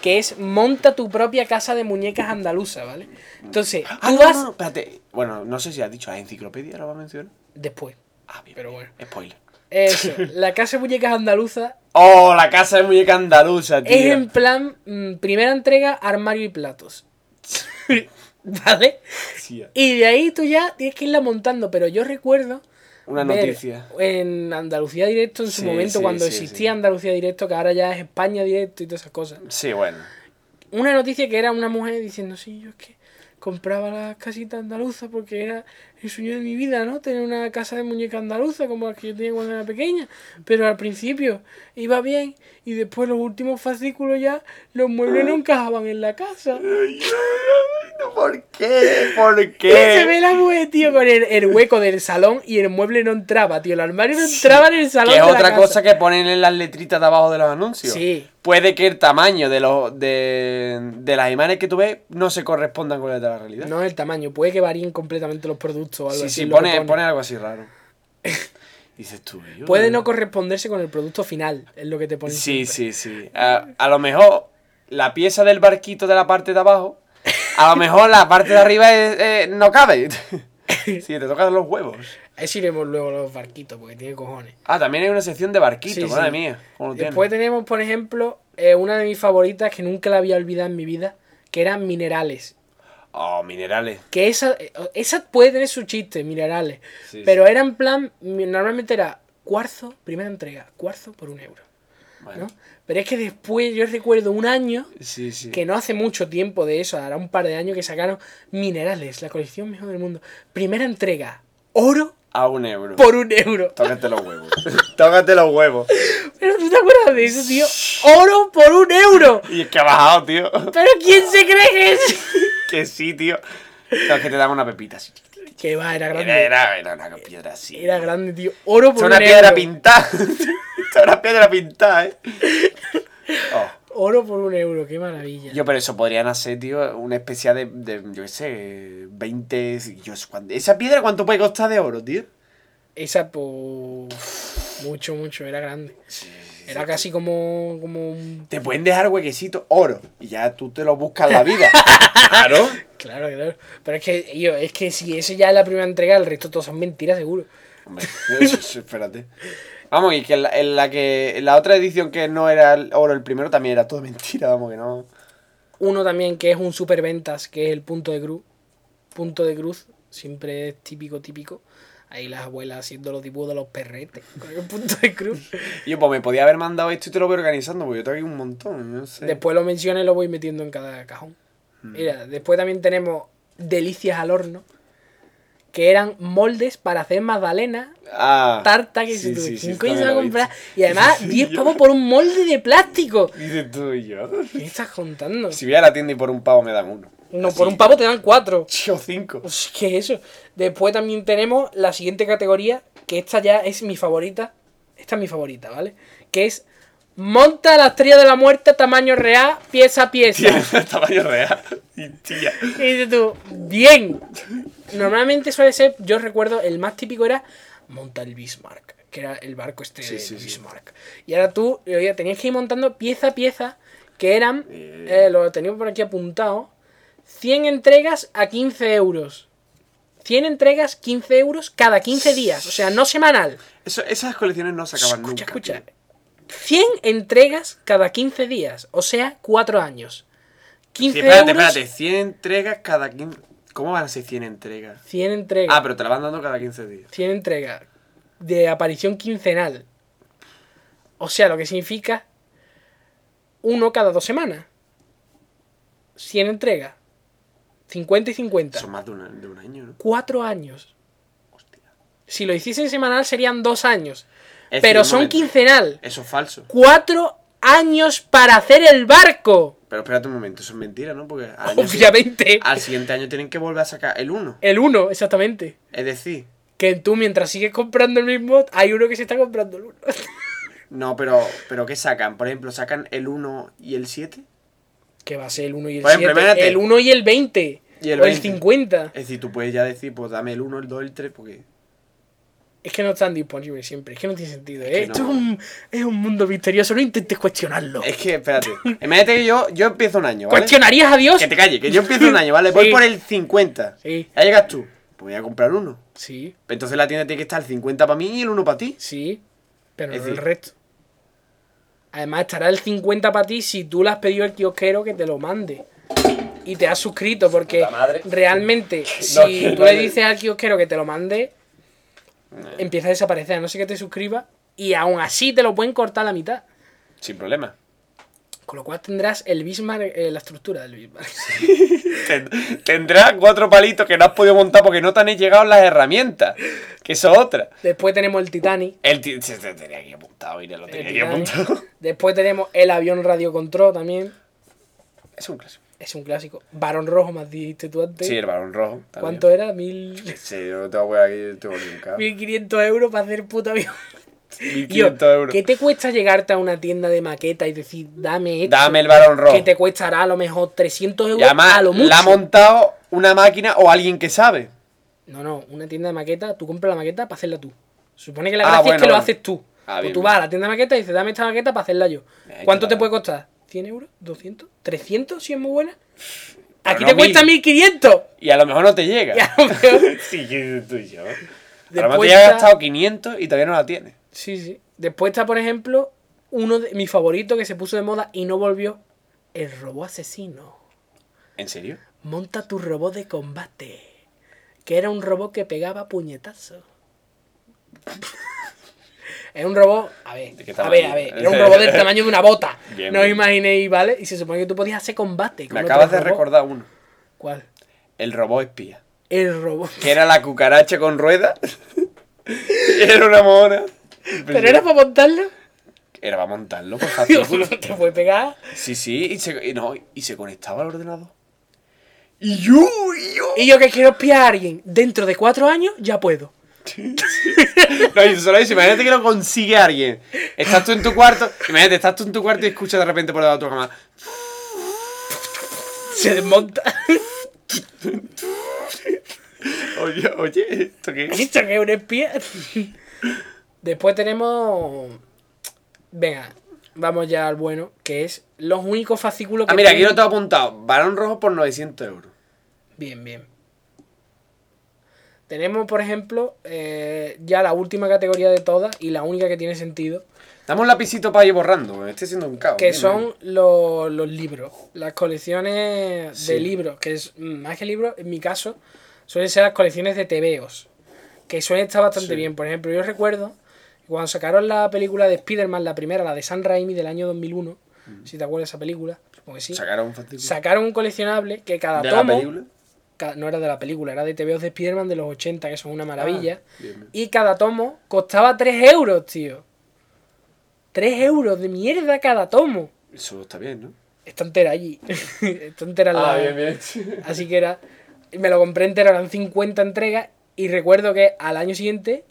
A: que es monta tu propia casa de muñecas andaluza, ¿vale? Entonces,
B: Ah,
A: tú
B: no,
A: vas
B: no, no, espérate. Bueno, no sé si has dicho a enciclopedia, lo vas a mencionar.
A: después.
B: Ah, bien.
A: Pero bueno.
B: Spoiler.
A: Eso, la Casa de Muñecas Andaluza
B: Oh, la casa de muñeca andaluza, tío.
A: es en plan mm, primera entrega, armario y platos. ¿Vale?
B: Tía,
A: Y de ahí tú ya tienes que irla montando, pero yo recuerdo
B: Una
A: ver
B: noticia.
A: en Andalucía Directo en su
B: Sí,
A: momento,
B: sí,
A: cuando
B: sí,
A: existía
B: sí.
A: Andalucía Directo, que ahora ya es España Directo y todas esas cosas.
B: Sí, bueno.
A: Una noticia que era una mujer diciendo, sí, yo es que compraba las casitas andaluzas porque era el sueño de mi vida, ¿no? Tener una casa de muñeca andaluza como la que yo tenía cuando era pequeña. Pero al principio iba bien y después los últimos fascículos ya los muebles no encajaban en la casa.
B: ¿Por qué? ¿Por
A: Y se ve
B: qué?
A: la mujer, tío, con el, el hueco del salón y el mueble no entraba, tío. El armario no entraba en el salón.
B: Que es
A: de la
B: otra
A: casa.
B: cosa que ponen en las letritas de abajo de los anuncios.
A: Sí.
B: Puede que el tamaño de los de, de las imágenes que tú ves no se correspondan con las de la realidad.
A: No el tamaño, puede que varíen completamente los productos o algo
B: sí,
A: así.
B: sí,
A: lo que
B: pone,
A: pone.
B: pone algo así raro. Dices tú. yo-
A: Puede no corresponderse con el producto final, es lo que te pone.
B: Sí,
A: siempre.
B: sí, sí. A, a lo mejor la pieza del barquito de la parte de abajo, a lo mejor la parte de arriba es- eh, no cabe. Sí, te tocan los huevos.
A: Ahí iremos luego los barquitos, porque tiene cojones.
B: Ah, también hay una sección de barquito,
A: Sí,
B: madre
A: sí.
B: mía. ¿cómo lo
A: Después
B: tienen?
A: tenemos, por ejemplo, eh, una de mis favoritas que nunca la había olvidado en mi vida, que eran minerales.
B: Oh, minerales.
A: Que esa, eh, esa puede tener su chiste, minerales.
B: Sí,
A: pero
B: sí.
A: era en plan, mi- normalmente era cuarzo, primera entrega, cuarzo por un euro. ¿no?
B: Bueno,
A: Pero es que después yo recuerdo un año,
B: Sí, sí.
A: que no hace mucho tiempo de eso, hará un par de años que sacaron minerales, la colección mejor del mundo. Primera entrega, oro
B: A un euro.
A: por un euro.
B: Tócate los huevos. Tócate los huevos.
A: Pero tú te acuerdas de eso, tío. Oro por un euro.
B: Y es que ha bajado, tío.
A: Pero ¿quién se cree que es?
B: Que sí, tío. No, es que te dan una pepita así.
A: Que va, era
B: Era,
A: grande.
B: era, era una piedra así.
A: Era grande, tío. Oro
B: Es
A: por
B: una
A: un
B: piedra
A: euro.
B: pintada. Es una piedra pintada, eh. Oh.
A: Oro por un euro, qué maravilla.
B: Yo, pero eso podrían hacer, tío, una especie de, de, yo qué sé, 20... Yo, sé cuánto- ¿Esa piedra cuánto puede costar de oro, tío?
A: Esa, pues. Mucho, mucho, era grande. Era casi como. como un-
B: Te pueden dejar huequecito oro y ya tú te lo buscas la vida. claro.
A: Claro, claro. Pero es que, yo, es que si eso ya es la primera entrega, el resto todos son mentiras, seguro.
B: Hombre, eso- eso, espérate. Vamos, y que en la, en la que en la otra edición que no era el oro el primero también era todo mentira, vamos que no.
A: Uno también que es un superventas, que es el punto de cruz. Punto de cruz, siempre es típico, típico. Ahí las abuelas haciendo los dibujos de los perretes. Con el punto de cruz.
B: Yo, pues me podía haber mandado esto y te lo voy organizando, porque yo traigo un montón, no sé.
A: Después lo menciono y lo voy metiendo en cada cajón.
B: Mm.
A: Mira, después también tenemos delicias al horno, que eran moldes para hacer magdalena,
B: ah,
A: tarta, que
B: sí,
A: se tuvo
B: sí, sí,
A: cinco y se va a
B: también lo he
A: comprar. Y además,
B: Sí,
A: 10
B: yo-
A: pavos por un molde de plástico.
B: visto. Dices tú y yo.
A: ¿Qué estás contando?
B: Si voy a la tienda y por un pavo me dan uno.
A: no, por un pavo te dan cuatro.
B: Yo cinco.
A: Pues, ¿Qué es eso? Después también tenemos la siguiente categoría, que esta ya es mi favorita. Esta es mi favorita, ¿vale? Que es monta la estrella de la muerte tamaño real, pieza a pieza.
B: Tía, tamaño real. Y tía.
A: Y dices tú, bien. Normalmente suele ser, yo recuerdo, el más típico era montar el Bismarck, que era el barco este
B: Sí,
A: de
B: sí, sí.
A: Bismarck. Y ahora tú eh, oye, tenías que ir montando pieza a pieza, que eran,
B: Eh.
A: eh, lo tenía por aquí apuntado, 100 entregas a 15 euros. 100 entregas, 15 euros cada 15 días, o sea, no semanal.
B: Eso, esas colecciones no se acaban
A: Escucha,
B: nunca.
A: escucha.
B: tío.
A: 100 entregas cada 15 días, o sea, 4 años. 15
B: Sí, espérate,
A: euros,
B: espérate. 100 entregas cada 15. ¿Cómo van a ser 100 entregas?
A: 100 entregas.
B: Ah, pero te la van dando cada 15 días.
A: 100 entregas de aparición quincenal. O sea, lo que significa uno cada dos semanas. 100 entregas. 50 y 50.
B: Son más de, una- de un año, ¿no?
A: Cuatro años.
B: Hostia.
A: Si lo hiciesen semanal serían dos años.
B: Es decir,
A: pero
B: un
A: son
B: momento.
A: quincenal.
B: Eso es falso.
A: Cuatro años para hacer el barco.
B: Pero espérate un momento, eso es mentira, ¿no? Porque al, año siguiente-
A: Obviamente.
B: al siguiente año tienen que volver a sacar el 1.
A: El uno, exactamente.
B: Es decir,
A: Que tú mientras sigues comprando el mismo, hay uno que se está comprando el uno.
B: no, pero, pero ¿qué sacan? Por ejemplo, ¿sacan el 1 y el 7?
A: Que va a ser el 1 y el
B: Por ejemplo,
A: 7.
B: imagínate.
A: El 1 y el 20.
B: Y el
A: o el
B: 20.
A: 50.
B: Es decir, tú puedes ya decir, pues dame el 1, el 2, el 3, porque...
A: Es que no están disponibles siempre. Es que no tiene sentido. ¿eh?
B: que
A: Esto
B: no.
A: es, un, es un mundo misterioso. No intentes cuestionarlo.
B: Es que, espérate, imagínate que yo, yo empiezo un año, ¿vale?
A: ¿Cuestionarías a Dios?
B: Que te calle, que yo empiezo un año, ¿vale? Voy
A: Sí.
B: por el 50.
A: Sí.
B: Ya llegas tú, pues voy a comprar uno.
A: Sí,
B: Entonces la tienda tiene que estar el 50 para mí y el 1 para ti.
A: sí. Pero
B: Es
A: no el
B: decir-
A: resto. Además, estará el 50 para ti si tú le has pedido al kiosquero que te lo mande. Y te has suscrito, porque
B: Puta madre.
A: realmente,
B: No,
A: si
B: que
A: tú
B: no Eh.
A: le
B: le-
A: dices al kiosquero que te lo mande, empieza a desaparecer. A no sé que te suscribas. Y aún así te lo pueden cortar a la mitad.
B: Sin problema.
A: Con lo cual tendrás el Bismarck, eh, la estructura del Bismarck.
B: Ten- Tendrás cuatro palitos que no has podido montar porque no te han llegado las herramientas. Que eso es otra.
A: Después tenemos el Titanic.
B: Él ti- se se tenía que apuntado, mira, lo
A: el
B: tenía que
A: Titanic.
B: apuntado.
A: Después tenemos el avión radiocontrol también.
B: Es un clásico.
A: Es un clásico. Barón Rojo, más dijiste tú antes.
B: Sí, el varón rojo. también.
A: ¿Cuánto era? Mil...
B: Sí, yo no tengo hueá aquí, yo tengo nunca.
A: 1500 euros para hacer puto avión. Tío,
B: 1500 euros.
A: ¿Qué te cuesta llegarte a una tienda de maqueta y decir, dame esto?
B: Dame el varón rojo.
A: Que te cuestará a lo mejor 300 euros
B: Y además,
A: a lo mucho.
B: la ha montado una máquina o alguien que sabe.
A: No, no, una tienda de maqueta, tú compras la maqueta para hacerla tú. Supone que la
B: Ah,
A: gracia es
B: bueno,
A: que lo
B: bueno.
A: haces tú.
B: Ah,
A: Pues
B: bien,
A: tú
B: bien.
A: vas a la tienda de maqueta y dices, dame esta maqueta para hacerla yo.
B: Ahí
A: ¿Cuánto
B: está.
A: te puede costar? ¿100 euros? ¿200? ¿300 si es muy buena?
B: Pero
A: Aquí
B: no
A: te cuesta
B: mil.
A: 1500.
B: Y a lo mejor no te llega.
A: Y a lo mejor-
B: sí, que tú y yo. A lo mejor
A: Después
B: te ya has
A: está-
B: gastado 500 y todavía no la tienes.
A: Sí, sí. Después está, por ejemplo, uno de mi favorito que se puso de moda y no volvió. El robot asesino.
B: ¿En serio?
A: Monta tu robot de combate. Que era un robot que pegaba puñetazos. es un robot. A ver,
B: ¿De qué
A: a ver,
B: tamaño?
A: a ver. Era un robot del tamaño de una bota.
B: Bien,
A: no os
B: bien.
A: imaginéis, ¿vale? Y se supone que tú podías hacer combate. con
B: Me
A: otro
B: acabas de
A: robot.
B: recordar uno.
A: ¿Cuál?
B: El robot espía.
A: el robot.
B: Que era la cucaracha con rueda. era una mona.
A: Pero era para montarlo.
B: Era para montarlo, por
A: Digo,
B: favor.
A: no te puede pegar.
B: Sí, sí, y se, y no, y se conectaba al ordenador. Y yo, y yo.
A: Y yo que quiero espiar a alguien dentro de cuatro años, ya puedo.
B: No, y solo eso, imagínate que lo consigue alguien. Estás tú en tu cuarto, imagínate, estás tú en tu cuarto y escuchas de repente por debajo de tu cama.
A: Se desmonta.
B: Oye, oye, ¿esto qué es?
A: Esto que es un espía. Después tenemos. Venga, vamos ya al bueno, que es los únicos fascículos que.
B: Ah, mira, aquí
A: tienen-
B: lo tengo apuntado. Varón rojo por 900 euros.
A: Bien, bien. Tenemos, por ejemplo, eh, ya la última categoría de todas y la única que tiene sentido,
B: Dame un lapicito para ir borrando, me estoy haciendo un caos.
A: que
B: tío.
A: son los, los libros, las colecciones de
B: Sí.
A: libros, que es mm, más que libros, en mi caso, suelen ser las colecciones de tebeos, que suelen estar bastante
B: Sí.
A: bien. Por ejemplo, yo recuerdo que cuando sacaron la película de Spider-Man, la primera, la de San Raimi del año 2001, si te acuerdas de esa película, supongo que sí,
B: Mm. Sacaron un fascículo.
A: sacaron un coleccionable que cada
B: ¿De la
A: tomo...
B: película?
A: ca- no era de la película, era de TVOs de Spider-Man de los 80, que son una maravilla.
B: Ah, bien, bien.
A: Y cada tomo costaba 3 euros, tío. 3 euros de mierda cada tomo.
B: Eso está bien, ¿no?
A: Está entera allí. Está entera en la...
B: Ah, bien.
A: Así que era... y Me lo compré entero, eran 50 entregas. Y recuerdo que al año siguiente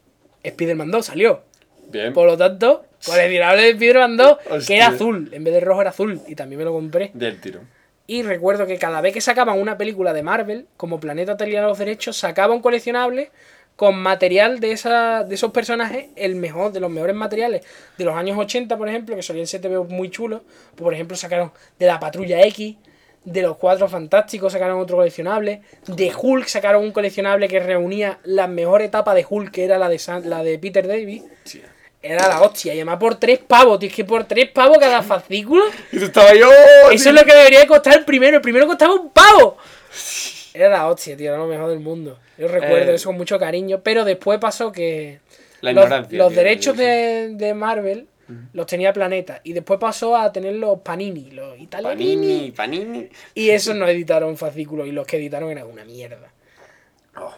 A: Spider-Man 2 salió.
B: Bien.
A: Por lo tanto, con el tirable de Spider-Man 2, que era
B: Hostia.
A: azul. En vez de rojo era azul. Y también me lo compré.
B: Del tiro.
A: Y recuerdo que cada vez que sacaban una película de Marvel, como Planeta tenía los derechos, sacaba un coleccionable con material de, esa, de esos personajes, el mejor, de los mejores materiales. De los años 80, por ejemplo, que solían ser TVO muy chulos. pues, Por ejemplo, sacaron de la Patrulla X, de los Cuatro Fantásticos sacaron otro coleccionable. De Hulk sacaron un coleccionable que reunía la mejor etapa de Hulk, que era la de, Sam- la de Peter Davis.
B: Hostia.
A: Era la hostia, y además por tres pavos, tío, es que por tres pavos cada fascículo.
B: Y tú ¡oh! estaba yo.
A: Eso es lo que debería costar el primero. El primero costaba un pavo. Era la hostia, tío. Era lo mejor del mundo. Yo recuerdo
B: Eh.
A: eso con mucho cariño. Pero después pasó que.
B: La
A: los,
B: ignorancia,
A: los
B: tío,
A: derechos
B: yo
A: de, de Marvel los tenía Planeta. Y después pasó a tener los Panini, los
B: Panini,
A: italianini.
B: panini.
A: Y esos no editaron fascículos. Y los que editaron eran una mierda.
B: Oh.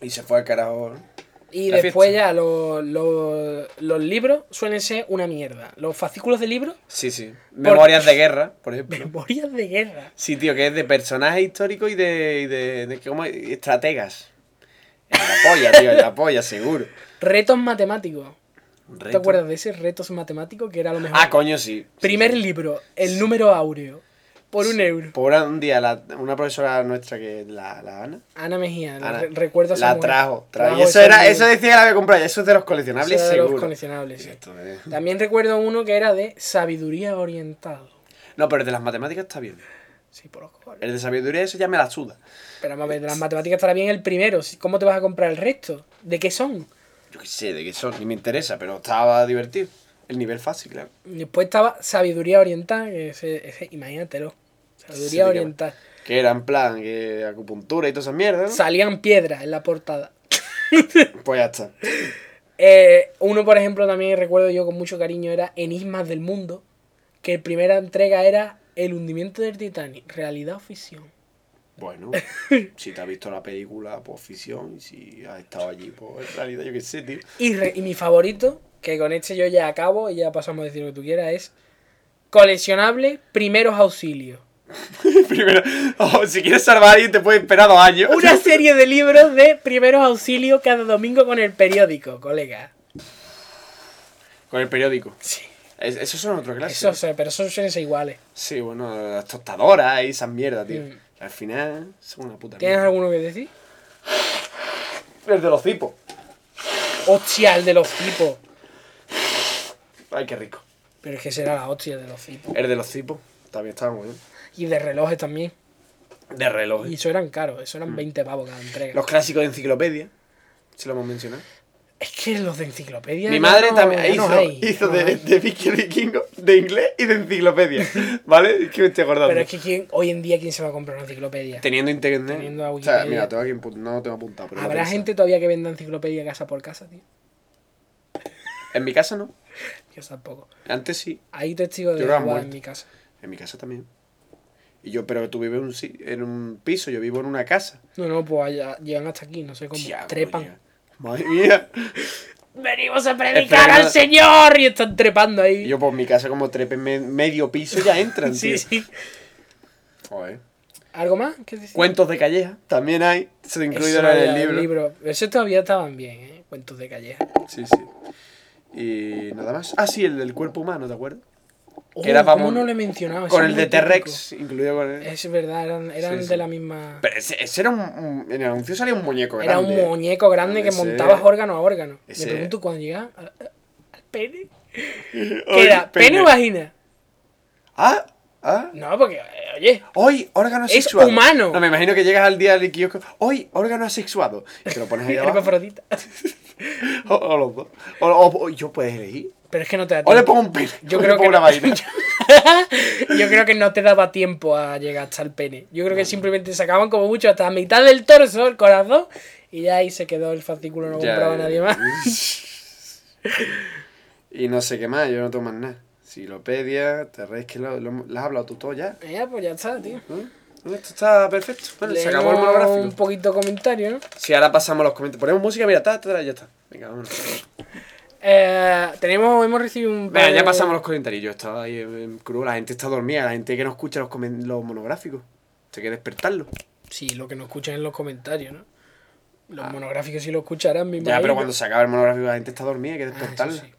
B: Y se fue al carajo. ¿no?
A: Y
B: La
A: después
B: fiesta.
A: ya los, los, los libros suelen ser una mierda. Los fascículos de libros,
B: Sí, sí. Memorias de guerra, por ejemplo.
A: memorias de guerra.
B: Sí, tío, que es de personajes históricos y de. y de, de- ¿cómo es? estrategas. En la polla, tío, en la polla, seguro.
A: Retos matemáticos.
B: Un
A: ¿Te
B: reto.
A: acuerdas de ese retos matemáticos que era lo mejor?
B: Ah, coño, sí.
A: Primer libro, el número áureo, por un euro.
B: Por un día, la- una profesora nuestra que es la, la Ana.
A: Ana Mejía, la
B: Ana,
A: re- recuerdo a esa
B: Ah, la
A: mujer.
B: trajo, trajo.
A: Trajo
B: Y eso
A: ese
B: era,
A: libro.
B: eso decía que la había comprado. Eso es de los
A: Eso
B: coleccionables,
A: era de
B: seguro. eh.
A: los coleccionables. sí.
B: Esto es-
A: También recuerdo uno que era de sabiduría orientado.
B: No, pero el de las matemáticas está bien.
A: Sí, por los cojones.
B: El de sabiduría, eso ya me la suda.
A: Pero vamos a ver, de las matemáticas estará bien el primero. si- ¿Cómo te vas a comprar el resto? ¿De qué son?
B: Yo qué sé, de qué son, ni me interesa, pero estaba divertido. El nivel fácil, claro.
A: Después estaba sabiduría orientada, que ese- ese- imagínatelo.
B: Sí,
A: Sabiduría
B: digamos.
A: oriental.
B: Que era en plan, que acupuntura y todas esas mierdas, ¿no?
A: Salían piedras en la portada.
B: Pues ya está.
A: Eh, uno, por ejemplo, también recuerdo yo con mucho cariño era Enigmas del Mundo, que la primera entrega era El hundimiento del Titanic, realidad o ficción.
B: Bueno, si te has visto la película, pues ficción, y si has estado allí, pues en realidad, yo qué sé, tío.
A: Y, re- y mi favorito, que con este yo ya acabo y ya pasamos a decir lo que tú quieras, es Coleccionable Primeros Auxilios.
B: Primero, oh, si quieres salvar a alguien, te puede esperar dos años.
A: Una serie de libros de primeros auxilios cada domingo con el periódico, colega.
B: Con el periódico.
A: Sí.
B: Es- esos son otro clásico.
A: Eso, se- pero son suelen ser iguales.
B: Sí, bueno, las tostadoras y esas mierdas, tío.
A: Mm.
B: Al final, son una puta
A: ¿Tienes
B: mierda.
A: alguno que decir?
B: El de los tipos.
A: Hostia, el de los tipos.
B: Ay, qué rico.
A: Pero es que será la hostia de los tipos.
B: El de los tipos. También estaba muy bien.
A: Y de relojes también.
B: De reloj. eh.
A: Y eso eran caros, eso eran 20 pavos cada entrega.
B: Mm. Los clásicos de enciclopedia. Si lo hemos mencionado.
A: Es que los de enciclopedia.
B: Mi
A: ya
B: madre
A: no- ya
B: también
A: no
B: hizo,
A: hay, ya
B: hizo
A: no
B: de,
A: hay.
B: de Vicky Vikingo, de inglés y de enciclopedia. ¿Vale? Es que me estoy acordando.
A: Pero es que ¿quién- hoy en día, ¿quién se va a comprar una enciclopedia?
B: Teniendo internet.
A: Teniendo a
B: o sea,
A: Wikipedia.
B: mira, tengo aquí apunt- no lo tengo apuntado. Pero lo
A: Habrá
B: pienso.
A: gente todavía que venda enciclopedia casa por casa, tío.
B: En mi casa no.
A: Yo tampoco.
B: Antes sí.
A: Hay testigos
B: Yo
A: de
B: creo que han
A: Jehová en
B: muerto.
A: mi casa.
B: En mi casa también. Y yo, pero tú vives en un si- en un piso, yo vivo en una casa.
A: No, no, pues allá, llegan hasta aquí, no sé cómo.
B: Diablo,
A: trepan.
B: ya. Madre mía.
A: Venimos a
B: Espera
A: predicar
B: que
A: al
B: no-
A: Señor y están trepando ahí.
B: Y yo, pues mi casa, como trepen me- medio piso, ya entran,
A: sí,
B: tío.
A: sí.
B: Joder.
A: ¿Algo más? ¿Qué decir?
B: Cuentos de calleja, también hay. Se
A: Eso
B: incluido en el
A: era
B: libro.
A: Esos todavía estaban bien, ¿eh? Cuentos de calleja.
B: Sí, sí. Y nada más. Ah, sí, el del cuerpo humano, ¿te acuerdas?
A: Oh,
B: Que era
A: ¿cómo
B: famoso.
A: no lo he mencionado? Ah, Eso
B: con
A: es
B: el
A: muy
B: de T-Rex, incluido con
A: típico. Eh.
B: el...
A: Es verdad, eran, eran
B: Sí, sí.
A: de la misma...
B: Pero ese, ese era un, un- En el anuncio salía un muñeco
A: Era un
B: grande.
A: muñeco grande que
B: Ese-
A: montabas órgano a órgano.
B: ese-
A: Me pregunto cuando llegaba al, al pene. ¿Qué
B: Oye,
A: era? ¿Pene o vagina?
B: Ah, ah.
A: No, porque, eh, oye,
B: Hoy, órgano
A: Es
B: asexuado.
A: humano.
B: No, me imagino que llegas al día del kiosco. Hoy, órgano asexuado. Y te lo pones ahí
A: era
B: abajo.
A: hermafrodita.
B: O, o los dos. O, o- o yo puedes elegir.
A: Pero es que no te da
B: O le
A: tiempo.
B: pongo un pene.
A: Yo
B: o le
A: creo
B: pongo
A: que
B: una
A: no.
B: vaina.
A: Yo creo que no te daba tiempo a llegar hasta el pene. Yo creo que simplemente sacaban como mucho hasta la mitad del torso, el corazón, y ya ahí se quedó el fascículo, no
B: Ya,
A: compraba
B: ya.
A: nadie más.
B: y no sé qué más, yo no tomo más nada. Silopedia, te reís que lo, lo- las has hablado tú todo ya.
A: Ya, pues ya está, tío.
B: ¿Eh? Esto está perfecto. Bueno, se acabó el
A: Leemos
B: monográfico.
A: un poquito comentario, ¿no?
B: Si ahora pasamos los comentarios. Ponemos música, mira, ta, ta, ta, ya está. Venga, vámonos.
A: Eh, tenemos, hemos recibido un par
B: Venga, ya
A: de-
B: pasamos los comentarios. Yo estaba ahí en en crudo, la gente está dormida, la gente que no escucha los, comen- los monográficos. Hay que despertarlo.
A: Sí, lo que nos escuchan en los comentarios, ¿no? Los monográficos sí lo escucharán, mi
B: Ah. Ya, pero cuando se acaba el monográfico, la gente está dormida,
A: Ah,
B: hay que despertarla. Qué-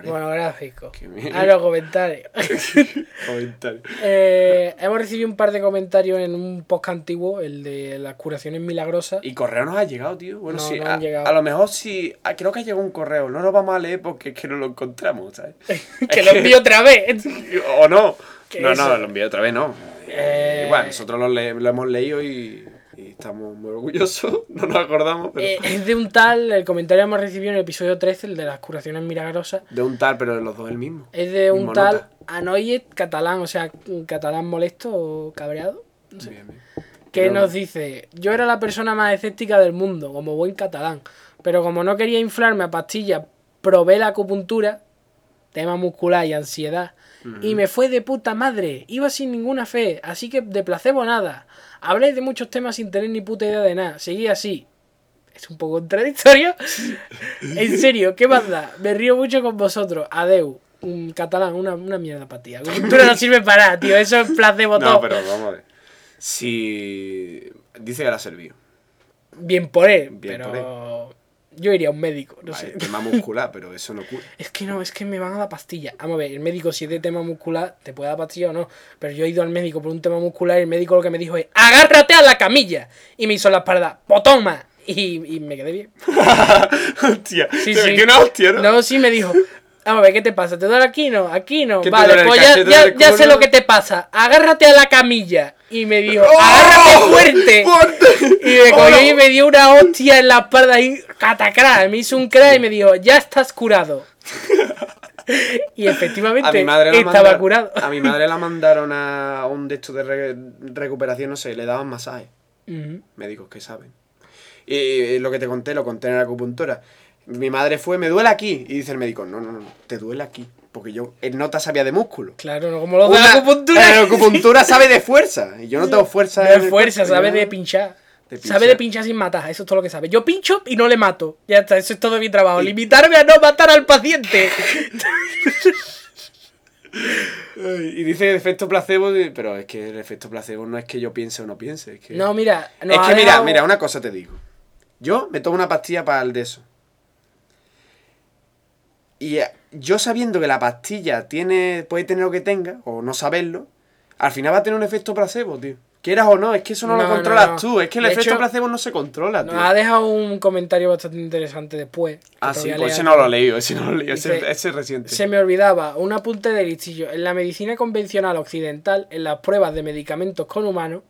B: hombre,
A: Monográfico.
B: Qué bien.
A: A los comentarios.
B: comentario.
A: Eh, hemos recibido un par de comentarios en un post antiguo, el de las curaciones milagrosas.
B: Y correo nos ha llegado, tío. Bueno,
A: No,
B: sí,
A: no
B: a,
A: han llegado.
B: a lo mejor sí. ah, creo que ha llegado un correo. No lo vamos a leer porque es que no lo encontramos, ¿sabes?
A: que lo envío otra vez.
B: o no.
A: ¿Qué
B: No,
A: es
B: no,
A: eso?
B: lo envié otra vez, no.
A: Eh.
B: Igual, nosotros lo, le- lo hemos leído y, y estamos muy orgullosos. No nos acordamos, pero.
A: Eh, es de un tal, el comentario que hemos recibido en el episodio 13, el de las curaciones milagrosas.
B: De un tal, pero de los dos el mismo.
A: Es de un
B: Mismo
A: tal
B: nota.
A: Anoyet catalán, o sea, un catalán molesto o cabreado.
B: Bien, bien.
A: que
B: Pero-
A: nos dice, yo era la persona más escéptica del mundo, como buen catalán, pero como no quería inflarme a pastillas, probé la acupuntura, tema muscular y ansiedad, y me fue de puta madre, iba sin ninguna fe, así que de placebo nada. Hablé de muchos temas sin tener ni puta idea de nada, seguí así. Es un poco contradictorio. en serio, ¿qué más da? Me río mucho con vosotros. Adeu. Un catalán, una, una mierda para ti. Acupuntura no sirve para nada, tío. Eso es placebo
B: No,
A: todo.
B: pero vamos a ver. Si. Dice que la ha servido.
A: Bien por él,
B: Bien
A: pero
B: por
A: yo iría a un médico, no
B: Vale,
A: sé.
B: tema muscular, pero eso no cura.
A: Es que no, es que me van a dar pastilla. Vamos a ver, el médico si es de tema muscular, te puede dar pastilla o no. Pero yo he ido al médico por un tema muscular y el médico lo que me dijo es, agárrate a la camilla. Y me hizo la espalda, potoma. Y, y me quedé bien.
B: hostia,
A: Sí,
B: te
A: sí.
B: metí una hostia, ¿no?
A: No, sí me dijo. Vamos a ver, ¿qué te pasa? ¿Te duele aquí? No, aquí no.
B: ¿Qué te
A: Vale,
B: duele, el
A: pues ya,
B: cachete
A: ya-
B: del
A: ya sé
B: culo?
A: lo que te pasa. Agárrate a la camilla. Y me dijo,
B: ¡Oh!
A: agárrate fuerte.
B: ¡Fuerte!
A: Y me
B: ¡Hola!
A: cogió y me dio una hostia en la espalda y catacrá. Me hizo un crack y me dijo, ya estás curado. Y
B: A mi
A: efectivamente
B: madre la
A: estaba
B: mandaron-
A: curado.
B: A mi madre la mandaron a un de estos de re- recuperación, no sé, le daban masaje.
A: Ujú.
B: Médicos que saben. Y, y lo que te conté, lo conté en la acupuntura. Mi madre fue, me duele aquí. Y dice el médico, no, no, no, te duele aquí. Porque yo eh, no te sabía de músculo.
A: Claro, no como los de la
B: Una-
A: acupuntura.
B: La acupuntura sabe de fuerza. Y yo no tengo fuerza. en
A: eh, De
B: el
A: fuerza,
B: cuerpo,
A: sabe
B: yo-
A: de pinchar.
B: De
A: Sabe
B: pinchar.
A: de pinchar sin matar, eso es todo lo que sabe. Yo pincho y no le mato. Ya está, eso es todo mi trabajo. Limitarme a no matar al paciente.
B: Y dice efecto placebo, de- pero es que el efecto placebo no es que yo piense o no piense. Es que,
A: No, mira. nos
B: es
A: ha
B: que mira,
A: dejado-
B: mira, una cosa te digo. Yo me tomo una pastilla para el de eso. Y eh, yo sabiendo que la pastilla tiene puede tener lo que tenga, o no saberlo, al final va a tener un efecto placebo, tío. Quieras o no, es que eso no,
A: No,
B: lo
A: no,
B: controlas
A: no.
B: tú. Es que el
A: De
B: efecto
A: hecho,
B: placebo no se controla, tío.
A: Nos ha dejado un comentario bastante interesante después. que
B: ah,
A: te
B: sí,
A: voy a
B: pues
A: leer
B: ese no
A: aquí.
B: lo he leído, ese no lo he leído, ese,
A: Dice-
B: ese es reciente.
A: Se me olvidaba, un apunte de listillo. En la medicina convencional occidental, en las pruebas de medicamentos con humanos,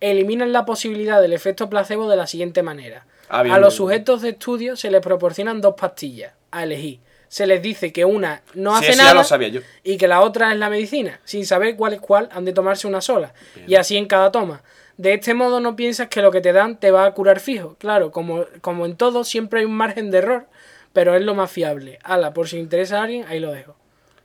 A: eliminan la posibilidad del efecto placebo de la siguiente manera.
B: Ah, bien,
A: a los
B: bien.
A: sujetos de estudio se les proporcionan dos pastillas a elegir. Se les dice que una no
B: Sí,
A: hace
B: ese ya
A: nada
B: lo sabía yo.
A: y que la otra es la medicina, sin saber cuál es cuál, han de tomarse una sola, y así en cada toma. De este modo no piensas que lo que te dan te va a curar fijo. Claro, como, como en todo, siempre hay un margen de error, pero es lo más fiable. Ala, por si interesa a alguien, ahí lo dejo.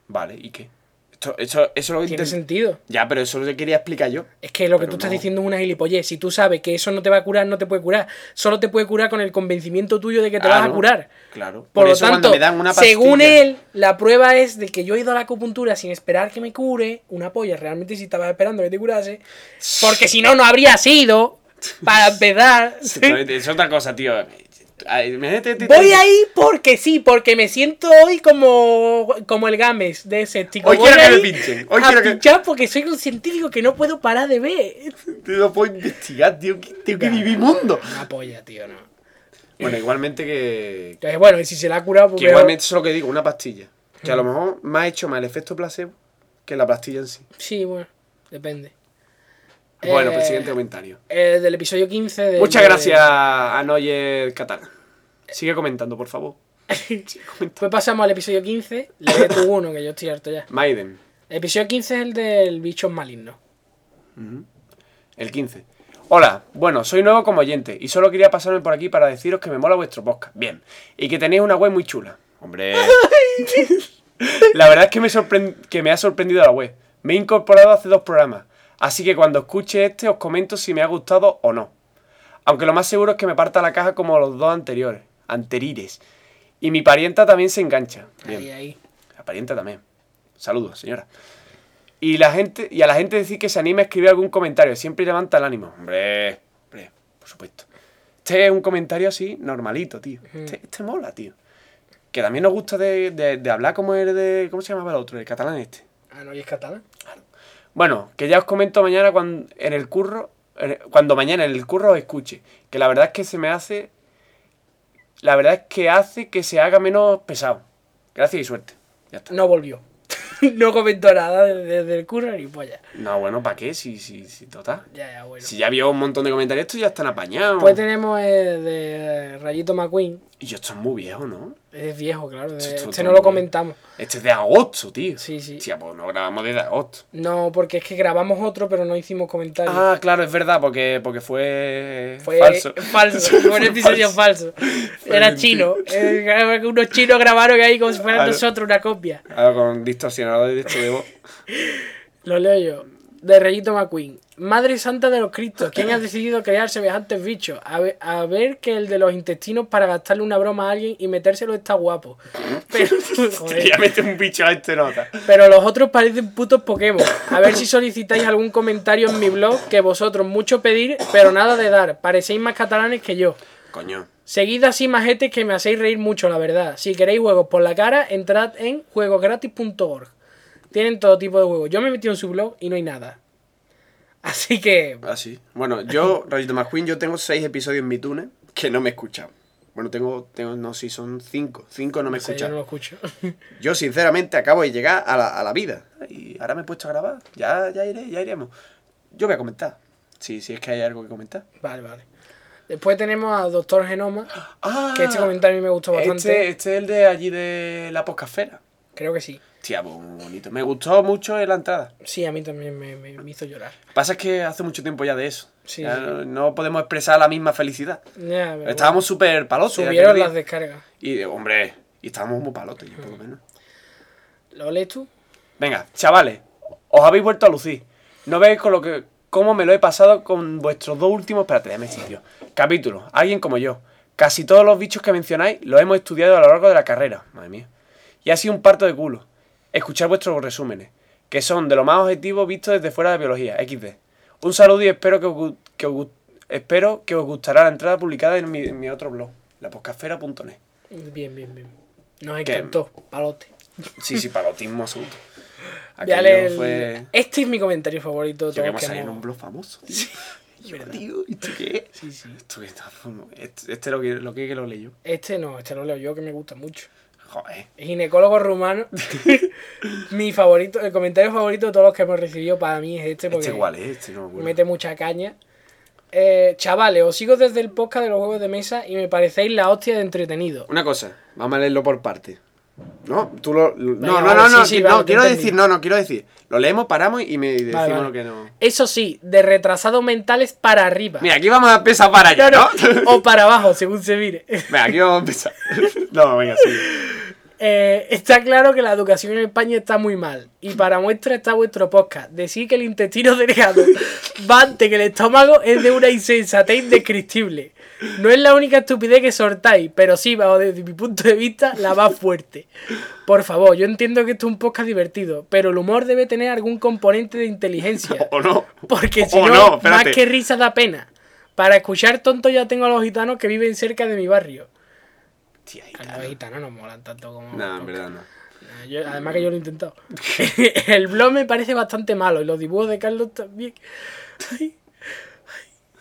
B: Vale, ¿y qué? Esto, esto- eso es lo que
A: Tiene
B: intent-
A: sentido.
B: Ya, pero eso es lo que quería explicar yo.
A: Es que lo que
B: Pero
A: tú estás
B: no.
A: diciendo es una gilipollez. Si tú sabes que eso no te va a curar, no te puede curar. Solo te puede curar con el convencimiento tuyo de que te
B: Ah,
A: vas a
B: ¿no?
A: curar.
B: Claro.
A: Por, lo
B: eso
A: tanto,
B: cuando me dan una
A: según
B: pastilla-
A: él, la prueba es de que yo he ido a la acupuntura sin esperar que me cure una polla. Realmente si estabas esperando que te curase. Porque si no, no habría sido. Para empezar.
B: Exactamente, Es otra cosa, tío. Ay, imagínate, tío,
A: Voy
B: tío.
A: ahí porque sí, porque me siento hoy como, como el Games de ese chico.
B: Hoy
A: Voy
B: quiero que me
A: ahí
B: pinchen, hoy
A: a
B: quiero que-
A: pinchar porque soy un científico que no puedo parar de ver.
B: Tío, No puedo investigar, tío. que- Tengo que
A: Ya. Eh.
B: vivir mundo.
A: Una polla, tío, no.
B: Bueno, igualmente que.
A: Entonces, bueno, y si se la ha curado, pues.
B: Que igualmente eso es lo que digo, una pastilla. Que a
A: Mm.
B: lo mejor me ha hecho más el efecto placebo que la pastilla en sí.
A: Sí, bueno, depende.
B: Bueno,
A: Eh,
B: pues siguiente comentario.
A: Eh, del episodio 15 de.
B: Muchas
A: de-
B: gracias a Noyer Catalán. Sigue comentando, por favor. Sigue comentando.
A: Pues pasamos al episodio 15. Lee tú uno, que yo estoy harto ya.
B: Maiden.
A: El episodio 15 es el del bicho maligno.
B: El 15. Hola, bueno, soy nuevo como oyente y solo quería pasarme por aquí para deciros que me mola vuestro podcast. Bien. Y que tenéis una web muy chula. Hombre. la verdad es que me, sorpren- que me ha sorprendido la web. Me he incorporado hace dos programas. Así que cuando escuche este os comento si me ha gustado o no. Aunque lo más seguro es que me parta la caja como los dos anteriores. Anteriores. Y mi parienta también se engancha. Bien.
A: Ahí, ahí.
B: La parienta también. Saludos, señora. Y, la gente, y a la gente decir que se anime a escribir algún comentario. Siempre levanta el ánimo. Hombre, hombre, por supuesto. Este es un comentario así, normalito, tío. Este, este mola, tío. Que también nos gusta de, de- de hablar como el de... ¿Cómo se llamaba el otro? El catalán este.
A: Ah, no, y es catalán.
B: Bueno, que ya os comento mañana cuando, en el curro, en- cuando mañana en el curro os escuche, que la verdad es que se me hace, la verdad es que hace que se haga menos pesado. Gracias y suerte. Ya está.
A: No volvió. no comentó nada desde el curro ni polla.
B: No, bueno, ¿para qué? Si, si, si, total.
A: Ya, ya, bueno.
B: Si ya había un montón de comentarios, estos ya están apañados.
A: Después tenemos el de Rayito McQueen.
B: Y yo esto es muy viejo, ¿no?
A: Es viejo, claro. de-
B: Esto es
A: este
B: todo
A: no lo
B: muy-
A: comentamos.
B: Este es de agosto, tío.
A: Sí, sí.
B: Tía, pues no grabamos desde agosto.
A: No, porque es que grabamos otro, pero no hicimos comentarios.
B: Ah, claro, es verdad, porque, porque fue,
A: Fue
B: falso.
A: falso. Fue un episodio falso. Era
B: mentira.
A: chino. Eh, unos chinos grabaron ahí como si fueran
B: Claro.
A: nosotros una copia.
B: Ah, con distorsionador de esto de voz.
A: Lo leo yo. De Rayito McQueen. Madre Santa de los Cristos, ¿quién ha decidido crear semejantes bichos? A ver, a ver que el de los intestinos para gastarle una broma a alguien y metérselo está guapo. Pero, joder.
B: Quería meter un bicho a este nota.
A: Pero los otros parecen putos Pokémon. A ver si solicitáis algún comentario en mi blog, que vosotros mucho pedir, pero nada de dar. Parecéis más catalanes que yo.
B: Coño.
A: Seguid así, majetes, que me hacéis reír mucho, la verdad. Si queréis juegos por la cara, entrad en juegosgratis.org. Tienen todo tipo de juegos. Yo me he metido en su blog y no hay nada. Así que...
B: Así. Bueno, yo, Rayito McQueen, yo tengo seis episodios en mi tune que no me he escuchado. Bueno, tengo, tengo, no, sí, son cinco. Cinco no me he
A: o sea, yo
B: escuchado.
A: no lo escucho.
B: Yo sinceramente acabo de llegar a la, a la vida. Y ahora me he puesto a grabar. Ya, ya iré, ya iremos. Yo voy a comentar. Si, si es que hay algo que comentar.
A: vale, vale. Después tenemos a Doctor Genoma,
B: Ah,
A: que este comentario a mí me gustó bastante.
B: este, este es el de allí de la poscafera.
A: Creo que sí.
B: Tía, pues, muy bonito. Me gustó mucho la entrada.
A: Sí, a mí también me, me- me hizo llorar.
B: Pasa es que hace mucho tiempo ya de eso.
A: Sí,
B: Ya
A: sí.
B: no, no podemos expresar la misma felicidad.
A: Ya, pero
B: Estábamos súper palotes.
A: bueno,
B: aquel
A: subieron
B: día.
A: las descargas.
B: Y, hombre, y estábamos muy palotes, yo por lo menos.
A: ¿Lo lees tú?
B: Venga, chavales, os habéis vuelto a lucir. No veis con lo que, cómo me lo he pasado con vuestros dos últimos. Espérate, déjame sitio. Capítulo, alguien como yo. Casi todos los bichos que mencionáis los hemos estudiado a lo largo de la carrera. Madre mía. Y ha sido un parto de culo. Escuchar vuestros resúmenes, que son de lo más objetivos vistos desde fuera de biología. XD. Un saludo y espero que os, gu- que os gu- espero que os gustará la entrada publicada en mi, en mi otro blog, laposcafera.net.
A: Bien, bien, bien. Nos
B: ¿Qué?
A: encantó. Palote.
B: Sí, sí, palotismo absoluto.
A: Voy a
B: Aquello
A: leer el-
B: fue-
A: Este es mi comentario favorito. de todos
B: Yo que hemos
A: que
B: salido en
A: hemos-
B: un blog famoso, tío. Yo,
A: verdad.
B: tío, ¿y tú qué?
A: Sí, sí.
B: Esto que está- Este este lo que lo que, que lo leí yo.
A: Este no, este lo leo yo que me gusta mucho.
B: Joder.
A: Ginecólogo rumano. Mi favorito, el comentario favorito de todos los que hemos recibido para mí es este porque
B: Este igual, ¿eh? Este no me acuerdo.
A: mete mucha caña. Eh, chavales, os sigo desde el podcast de los juegos de mesa y me parecéis la hostia de entretenido.
B: Una cosa, vamos a leerlo por parte. No, tú lo. lo- no,
A: vale,
B: no, no,
A: sí,
B: no,
A: sí,
B: que-
A: vale,
B: no,
A: te
B: quiero
A: entendí.
B: decir, no, no, quiero decir. Lo leemos, paramos y me decimos
A: Vale, vale.
B: lo que no.
A: Eso sí, de retrasados mentales para arriba.
B: Mira, aquí vamos a empezar para allá,
A: No,
B: ¿no?
A: no, o para abajo, según se mire.
B: Venga, aquí vamos a empezar. no, venga, sí.
A: Eh, está claro que la educación en España está muy mal. Y para muestra está vuestro podcast. Decir que el intestino delgado va antes que el estómago es de una insensatez indescriptible. No es la única estupidez que sortáis, pero sí, bajo desde mi punto de vista, la más fuerte. Por favor, yo entiendo que esto es un podcast divertido, pero el humor debe tener algún componente de inteligencia.
B: O no.
A: Porque si
B: O
A: no,
B: Oh, no,
A: más
B: espérate.
A: que risa da pena. Para escuchar tonto ya tengo a los gitanos que viven cerca de mi barrio.
B: Tía, ahí
A: A
B: está.
A: Los gitanos no molan tanto como...
B: No, en verdad no.
A: Eh, yo- además que yo lo he intentado. el blog me parece bastante malo y los dibujos de Carlos también. Ay,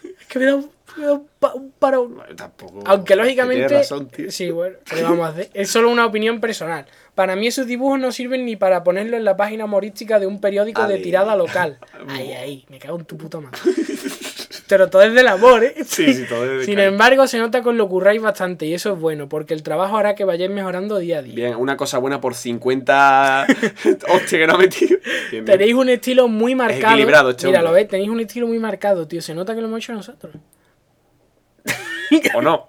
A: ay, es que me da un, me da un pa- un parón.
B: Bueno, Tampoco.
A: Aunque
B: Oh, que
A: lógicamente...
B: Tienes razón, tío.
A: sí, bueno, ¿qué le vamos a hacer? Es solo una opinión personal. Para mí esos dibujos no sirven ni para ponerlo en la página humorística de un periódico de
B: Ale.
A: tirada local. Ay, ay, me cago en tu puta madre. Pero todo es del amor, ¿eh?
B: Sí, sí, todo es de
A: Sin
B: cariño.
A: embargo, se nota que os lo curráis bastante y eso es bueno, porque el trabajo hará que vayáis mejorando día a día.
B: Bien, una cosa buena por 50. Hostia, que no ha metido. Bien, bien.
A: Tenéis un estilo muy marcado.
B: Em, equilibrado este
A: Mira,
B: hombre.
A: lo ves, tenéis un estilo muy marcado, tío. Se nota que lo hemos hecho nosotros.
B: O no.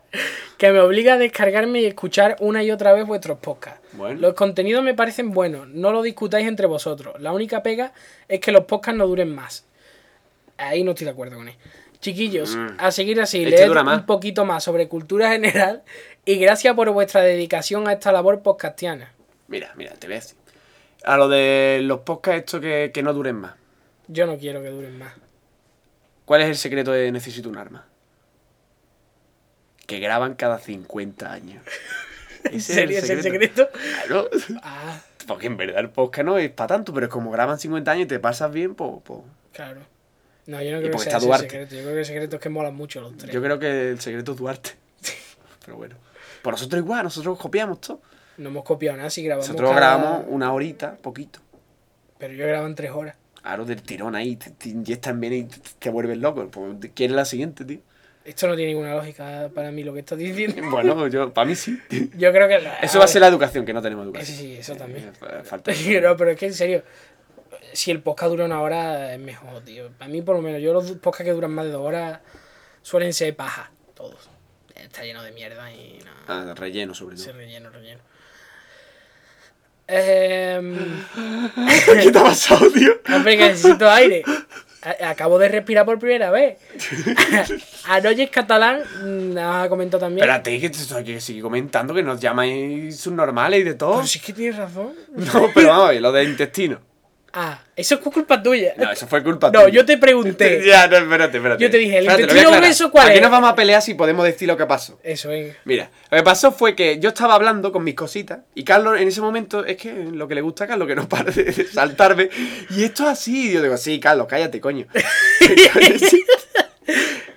A: Que me obliga a descargarme y escuchar una y otra vez vuestros podcasts.
B: Bueno.
A: Los contenidos me parecen buenos, no lo discutáis entre vosotros. La única pega es que los podcasts no duren más. Ahí no estoy de acuerdo con él. Chiquillos,
B: Mm.
A: a seguir así,
B: Este
A: leed
B: dura más.
A: un poquito más sobre cultura general y gracias por vuestra dedicación a esta labor podcastiana.
B: Mira, mira, te voy a decir. A lo de los podcasts estos que, que no duren más.
A: Yo no quiero que duren más.
B: ¿Cuál es el secreto de Necesito un arma? Que graban cada 50 años.
A: ¿En
B: Ese
A: serio es el secreto?
B: Claro.
A: Ah,
B: Porque en verdad el podcast no es para tanto, pero como graban 50 años y te pasas bien, pues.
A: Claro. No, yo no creo que
B: porque
A: sea
B: está
A: ese el
B: Duarte.
A: secreto. Yo creo que el secreto es que molan mucho los tres.
B: Yo creo que el secreto es Duarte. Pero bueno. Por nosotros igual, nosotros copiamos todo.
A: No hemos copiado nada si grabamos.
B: Nosotros
A: cada-
B: grabamos una horita, poquito.
A: Pero yo grabo en tres horas.
B: Aro del tirón ahí, te, te inyectan bien y te, te vuelves loco. Pues, ¿Quién es la siguiente, tío?
A: Esto no tiene ninguna lógica para mí lo que estás diciendo.
B: Bueno, yo, para mí sí.
A: Yo creo que.
B: Eso va a ser la educación, que no tenemos educación.
A: Sí, sí, eso también.
B: Eh, fa- Falta.
A: No, pero es que en serio. Si el podcast dura una hora es mejor, tío. Para mí, por lo menos. Yo los podcasts que duran más de dos horas suelen ser paja. Todos. Está lleno de mierda y no.
B: Ah, relleno, sobre
A: Se
B: todo.
A: relleno, relleno. Eh.
B: ¿Qué te ha pasado, tío?
A: Hombre, que necesito aire. A- Acabo de respirar por primera vez. Anoyes Catalán mm, nos ha comentado también.
B: Espérate, que esto hay que seguir comentando que nos llamáis subnormales y de todo.
A: Pero Oh, si es que tienes razón.
B: No, pero vamos a ver, lo de intestino.
A: Ah, eso es culpa tuya.
B: No, eso fue culpa
A: No, yo te pregunté.
B: Ya, no, espérate, espérate.
A: Yo te dije, ¿el
B: Espérate, lo voy a
A: intestino
B: aclarar.
A: grueso cuál
B: Aquí
A: es?
B: nos vamos a pelear si podemos decir lo que pasó.
A: Eso es.
B: Mira, lo que pasó fue que yo estaba hablando con mis cositas y Carlos en ese momento es que lo que le gusta a Carlos que no para de de saltarme. Y esto es así, y yo digo, sí, Carlos, cállate, coño.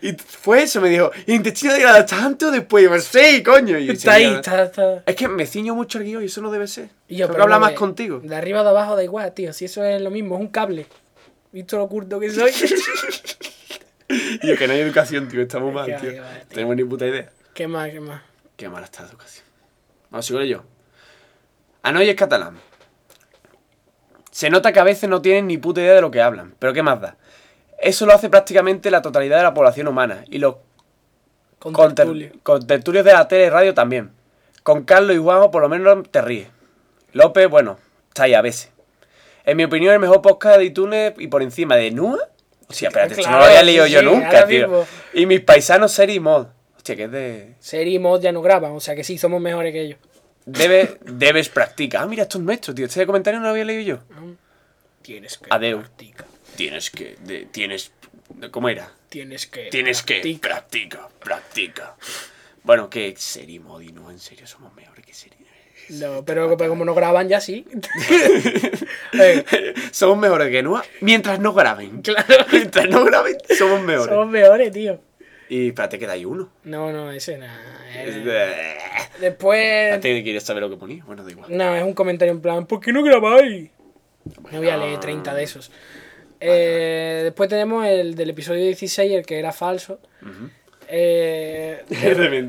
B: y fue eso, me dijo, intestino degrada tanto después. Y yo, sí, coño. Y yo,
A: Está ahí,
B: "Sí,
A: está, está.
B: Es que me ciño mucho el guión y eso no debe ser.
A: Y yo,
B: Tengo que
A: pero
B: hablar más
A: de-
B: contigo.
A: De arriba de abajo da igual, tío. Si eso es lo mismo, es un cable. ¿Visto lo curto que soy?
B: Y yo que no hay educación, tío, estamos mal,
A: que
B: tío.
A: vale, vale, tío.
B: No tenemos ni puta idea.
A: ¿Qué más, qué más?
B: Qué mala está la educación. Vamos, sigo yo. Anoy es catalán. Se nota que a veces no tienen ni puta idea de lo que hablan, pero ¿qué más da? Eso lo hace prácticamente la totalidad de la población humana y los
A: Con
B: conter-
A: Tertulio.
B: contertulios de la tele y radio también. Con Carlos y Juanjo por lo menos te ríes. López, bueno, está ahí a veces. En mi opinión, el mejor podcast de iTunes y por encima de Nua. Hostia, espérate, esto no
A: claro,
B: lo había
A: sí,
B: leído yo
A: sí, ahora
B: nunca, tío.
A: mismo.
B: Y mis paisanos Seri y Mod. Hostia, que es de...
A: Seri y Mod ya no graban, o sea que sí, somos mejores que ellos.
B: Debe, debes practicar. Ah, mira, esto es nuestro, tío. Este comentario no lo había leído yo.
A: Tienes que
B: Adeu.
A: practicar.
B: Tienes que. de- tienes. ¿Cómo era?
A: Tienes que.
B: Tienes que.
A: practicar.
B: Practica, practica. Bueno, que Seri Modi, no, en serio, somos mejores que Seri.
A: No, pero como no graban ya sí. Eh,
B: Somos mejores que Nua mientras no graben.
A: claro.
B: Mientras no graben, somos mejores.
A: Somos peores, tío.
B: Y espérate que hay uno.
A: No, no, ese nada.
B: Es de-
A: Después.
B: Espérate que quieres saber lo que ponía. Bueno, da igual.
A: No, es un comentario en plan, ¿por qué no grabáis? No voy a
B: Ah.
A: leer 30 de esos. Eh, después tenemos el del episodio 16, el que era falso. Eh,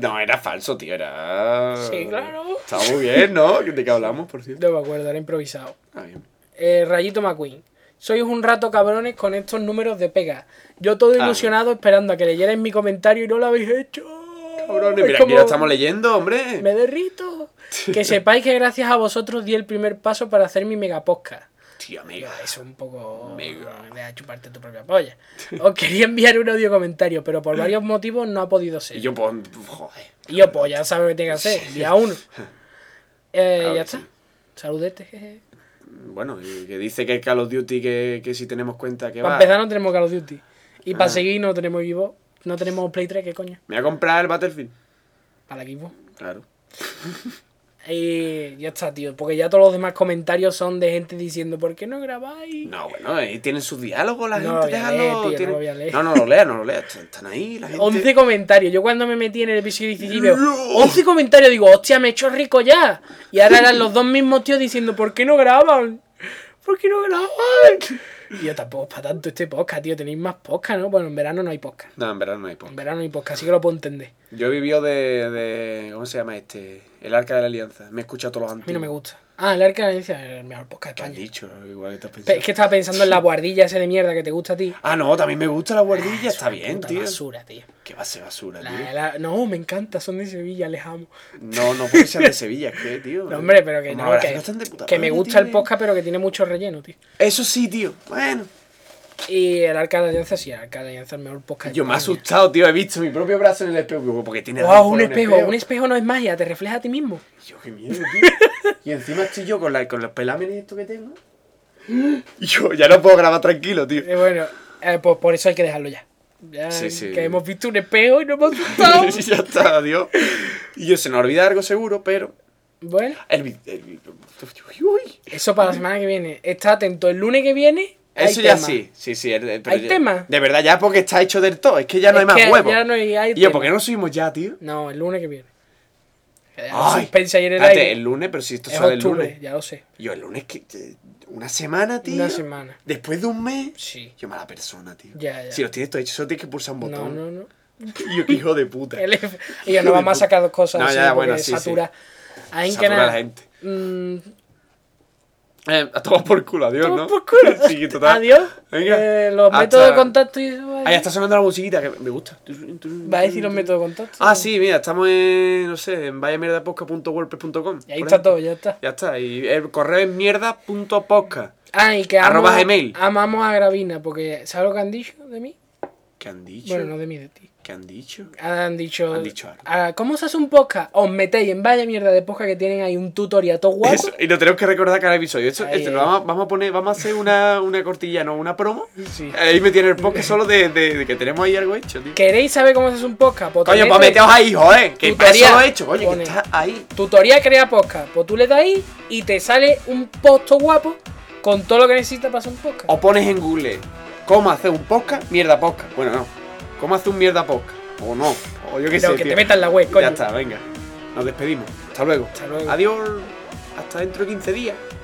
B: No, era falso, tío. Era.
A: Sí, claro.
B: Está muy bien, ¿no? ¿De qué hablamos, por cierto?
A: no me acuerdo, era improvisado.
B: Ah, bien.
A: Eh, Rayito McQueen. Sois un rato cabrones con estos números de pega. Yo todo
B: Ah.
A: ilusionado esperando a que leyerais mi comentario y no lo habéis hecho.
B: Cabrones,
A: Es
B: mira, aquí
A: como-
B: lo estamos leyendo, hombre.
A: Me derrito. Que sepáis que gracias a vosotros di el primer paso para hacer mi mega podcast.
B: Tío, amiga.
A: Eso es un poco
B: Mega.
A: de a chuparte tu propia polla. Os quería enviar un audio comentario, pero por varios motivos no ha podido ser.
B: Y yo, pues, joder.
A: Y yo, pues ya sabes lo que tiene que hacer, día uno. Eh,
B: Claro
A: ya
B: que
A: está.
B: sí.
A: Saludete. jeje.
B: Bueno, y que dice que Call of Duty, que, que si tenemos cuenta que
A: Para
B: va.
A: empezar no tenemos Call of Duty. Y para
B: Ah.
A: seguir no tenemos Evo. No tenemos Play 3, ¿qué coño?
B: Me voy a comprar el Battlefield.
A: Para el equipo.
B: Claro.
A: Y ya está, tío. Porque ya todos los demás comentarios son de gente diciendo, ¿por qué no grabáis?
B: No, bueno, ahí tienen sus diálogos la
A: No lo
B: gente.
A: voy a
B: déjalo,
A: leer, tío, no lo
B: tienen-
A: voy a leer.
B: no, no lo lea, no lo lea. Están ahí la gente.
A: 11 comentarios. Yo cuando me metí en el episodio 17 veo
B: No.
A: 11 comentarios, digo, hostia, me he hecho rico ya. Y ahora eran los dos mismos tíos diciendo, ¿por qué no graban? ¿Por qué no graban? Y yo tampoco es para tanto este podcast, tío. Tenéis más podcast, ¿no? Bueno, en verano no hay podcast.
B: No, en verdad no hay poco.
A: En verano no hay podcast, así que lo puedo entender.
B: Yo he vivido de, de- ¿Cómo se llama este? El Arca de la Alianza. Me he escuchado todos los
A: A
B: antiguos.
A: mí no me gusta. Ah, el Arca de la Alianza es el mejor podcast
B: ¿Qué
A: de
B: has
A: España.
B: dicho? Igual estás
A: Pe-
B: pensando.
A: Es que estaba pensando en la guardilla ese de mierda que te gusta a ti.
B: Ah, no, también me gusta la guardilla.
A: Es
B: Está
A: una
B: bien,
A: puta
B: tío.
A: basura, tío.
B: Que va a ser basura,
A: La-
B: tío.
A: la- no, me encanta, son de Sevilla, les amo.
B: No, no puede ser de Sevilla, es que, tío.
A: No, hombre, pero que
B: Como
A: no,
B: los
A: que,
B: gráficos están de puta
A: que me
B: madre,
A: gusta el
B: tío.
A: podcast, pero que tiene mucho relleno, tío.
B: Eso sí, tío. Bueno.
A: Y el Arca de la Alianza, sí, el Arca de la Alianza es el mejor podcast.
B: Yo me he
A: de España.
B: asustado, tío. He visto mi propio brazo en el espejo. Porque tiene
A: Guau,
B: razón,
A: un espejo, un espejo no es magia, te refleja a ti mismo.
B: Y Yo, qué miedo, tío. Y encima estoy yo con, la, con los pelámenes estos que tengo. Y Yo ya no puedo grabar tranquilo, tío.
A: Eh, bueno, eh, pues por eso hay que dejarlo ya. Ya
B: Sí, sí.
A: Que hemos visto un espejo y nos hemos asustado.
B: Y ya está, adiós. Y yo se nos olvida algo seguro, pero.
A: bueno,
B: El, vi- el vi- uy, uy.
A: eso para la semana que viene. Está atento, el lunes que viene. hay
B: Eso ya
A: tema.
B: sí, sí, sí. el- el- pero
A: ¿Hay
B: ya-
A: tema?
B: De verdad, ya porque está hecho del todo. Es que ya no
A: Es
B: hay más
A: que
B: huevos.
A: ya no hay- hay
B: y yo,
A: tema.
B: ¿por qué no subimos ya, tío?
A: No, el lunes que viene.
B: Ay,
A: Suspensa ayer en el
B: espérate,
A: aire.
B: el lunes, pero si esto
A: Es
B: sale
A: octubre,
B: el lunes.
A: ya lo sé.
B: Yo, el lunes, que que- una semana, tío.
A: Una semana.
B: Después de un mes.
A: Sí.
B: Yo, mala persona, tío.
A: Ya, ya.
B: Si los tienes todo hecho, solo tienes que pulsar un
A: No,
B: botón.
A: no, no.
B: Y yo, qué hijo de puta.
A: El F- Y ya no vamos a sacar dos cosas.
B: No,
A: así,
B: ya,
A: porque
B: bueno, sí, sí.
A: satura. Ahí en que
B: Satura a la
A: nada.
B: gente.
A: Mm,
B: Eh, a todos por culo, adiós,
A: toma
B: ¿no?
A: por culo.
B: Sí, total.
A: Adiós.
B: Venga.
A: Eh, los
B: Hasta-
A: métodos de contacto. Y... eso,
B: Ahí está sonando la musiquita que me gusta.
A: Va a decir los métodos de contacto.
B: Ah, sí, mira, estamos en, no sé, en vayamerdaposca.wordpress.com.
A: Y ahí
B: por
A: está
B: ejemplo.
A: todo, ya está.
B: Ya está, y el correo es mierda.posca.
A: Ah, y que amo
B: Arroba
A: a-
B: Gmail.
A: amamos a Gravina, porque ¿sabes lo que han dicho de mí?
B: ¿Qué han dicho?
A: Bueno, no de mí, de ti.
B: ¿Qué han dicho?
A: Han dicho.
B: Han dicho algo.
A: "Ah, ¿Cómo se hace un podcast? Os metéis en vaya mierda de podcast que tienen ahí un tutorial todo guapo.
B: Eso, y lo tenemos que recordar cada episodio. Eso,
A: Ahí,
B: esto,
A: ahí.
B: lo vamos, vamos a poner, vamos a hacer una, una cortilla, no, una promo.
A: Sí.
B: Ahí me tiene el podcast solo de, de- de que tenemos ahí algo hecho, tío.
A: ¿Queréis saber cómo se hace un podcast? Pues
B: Coño,
A: te
B: pues
A: metes-
B: meteos ahí, joder. Que
A: Tutoría.
B: eso lo he hecho, coño, que
A: Pone.
B: está ahí.
A: Tutoría crea podcast. Pues tú le das ahí y te sale un posto guapo con todo lo que necesitas para hacer un podcast.
B: O pones en Google cómo hacer un podcast, mierda podcast. Bueno, no. ¿Cómo hacer un mierda podcast? O no. O yo qué
A: Pero
B: sé.
A: que
B: tío.
A: te metas en la web, coño.
B: Ya está, venga. Nos despedimos. Hasta luego.
A: Hasta luego.
B: Adiós. Hasta dentro de 15 días.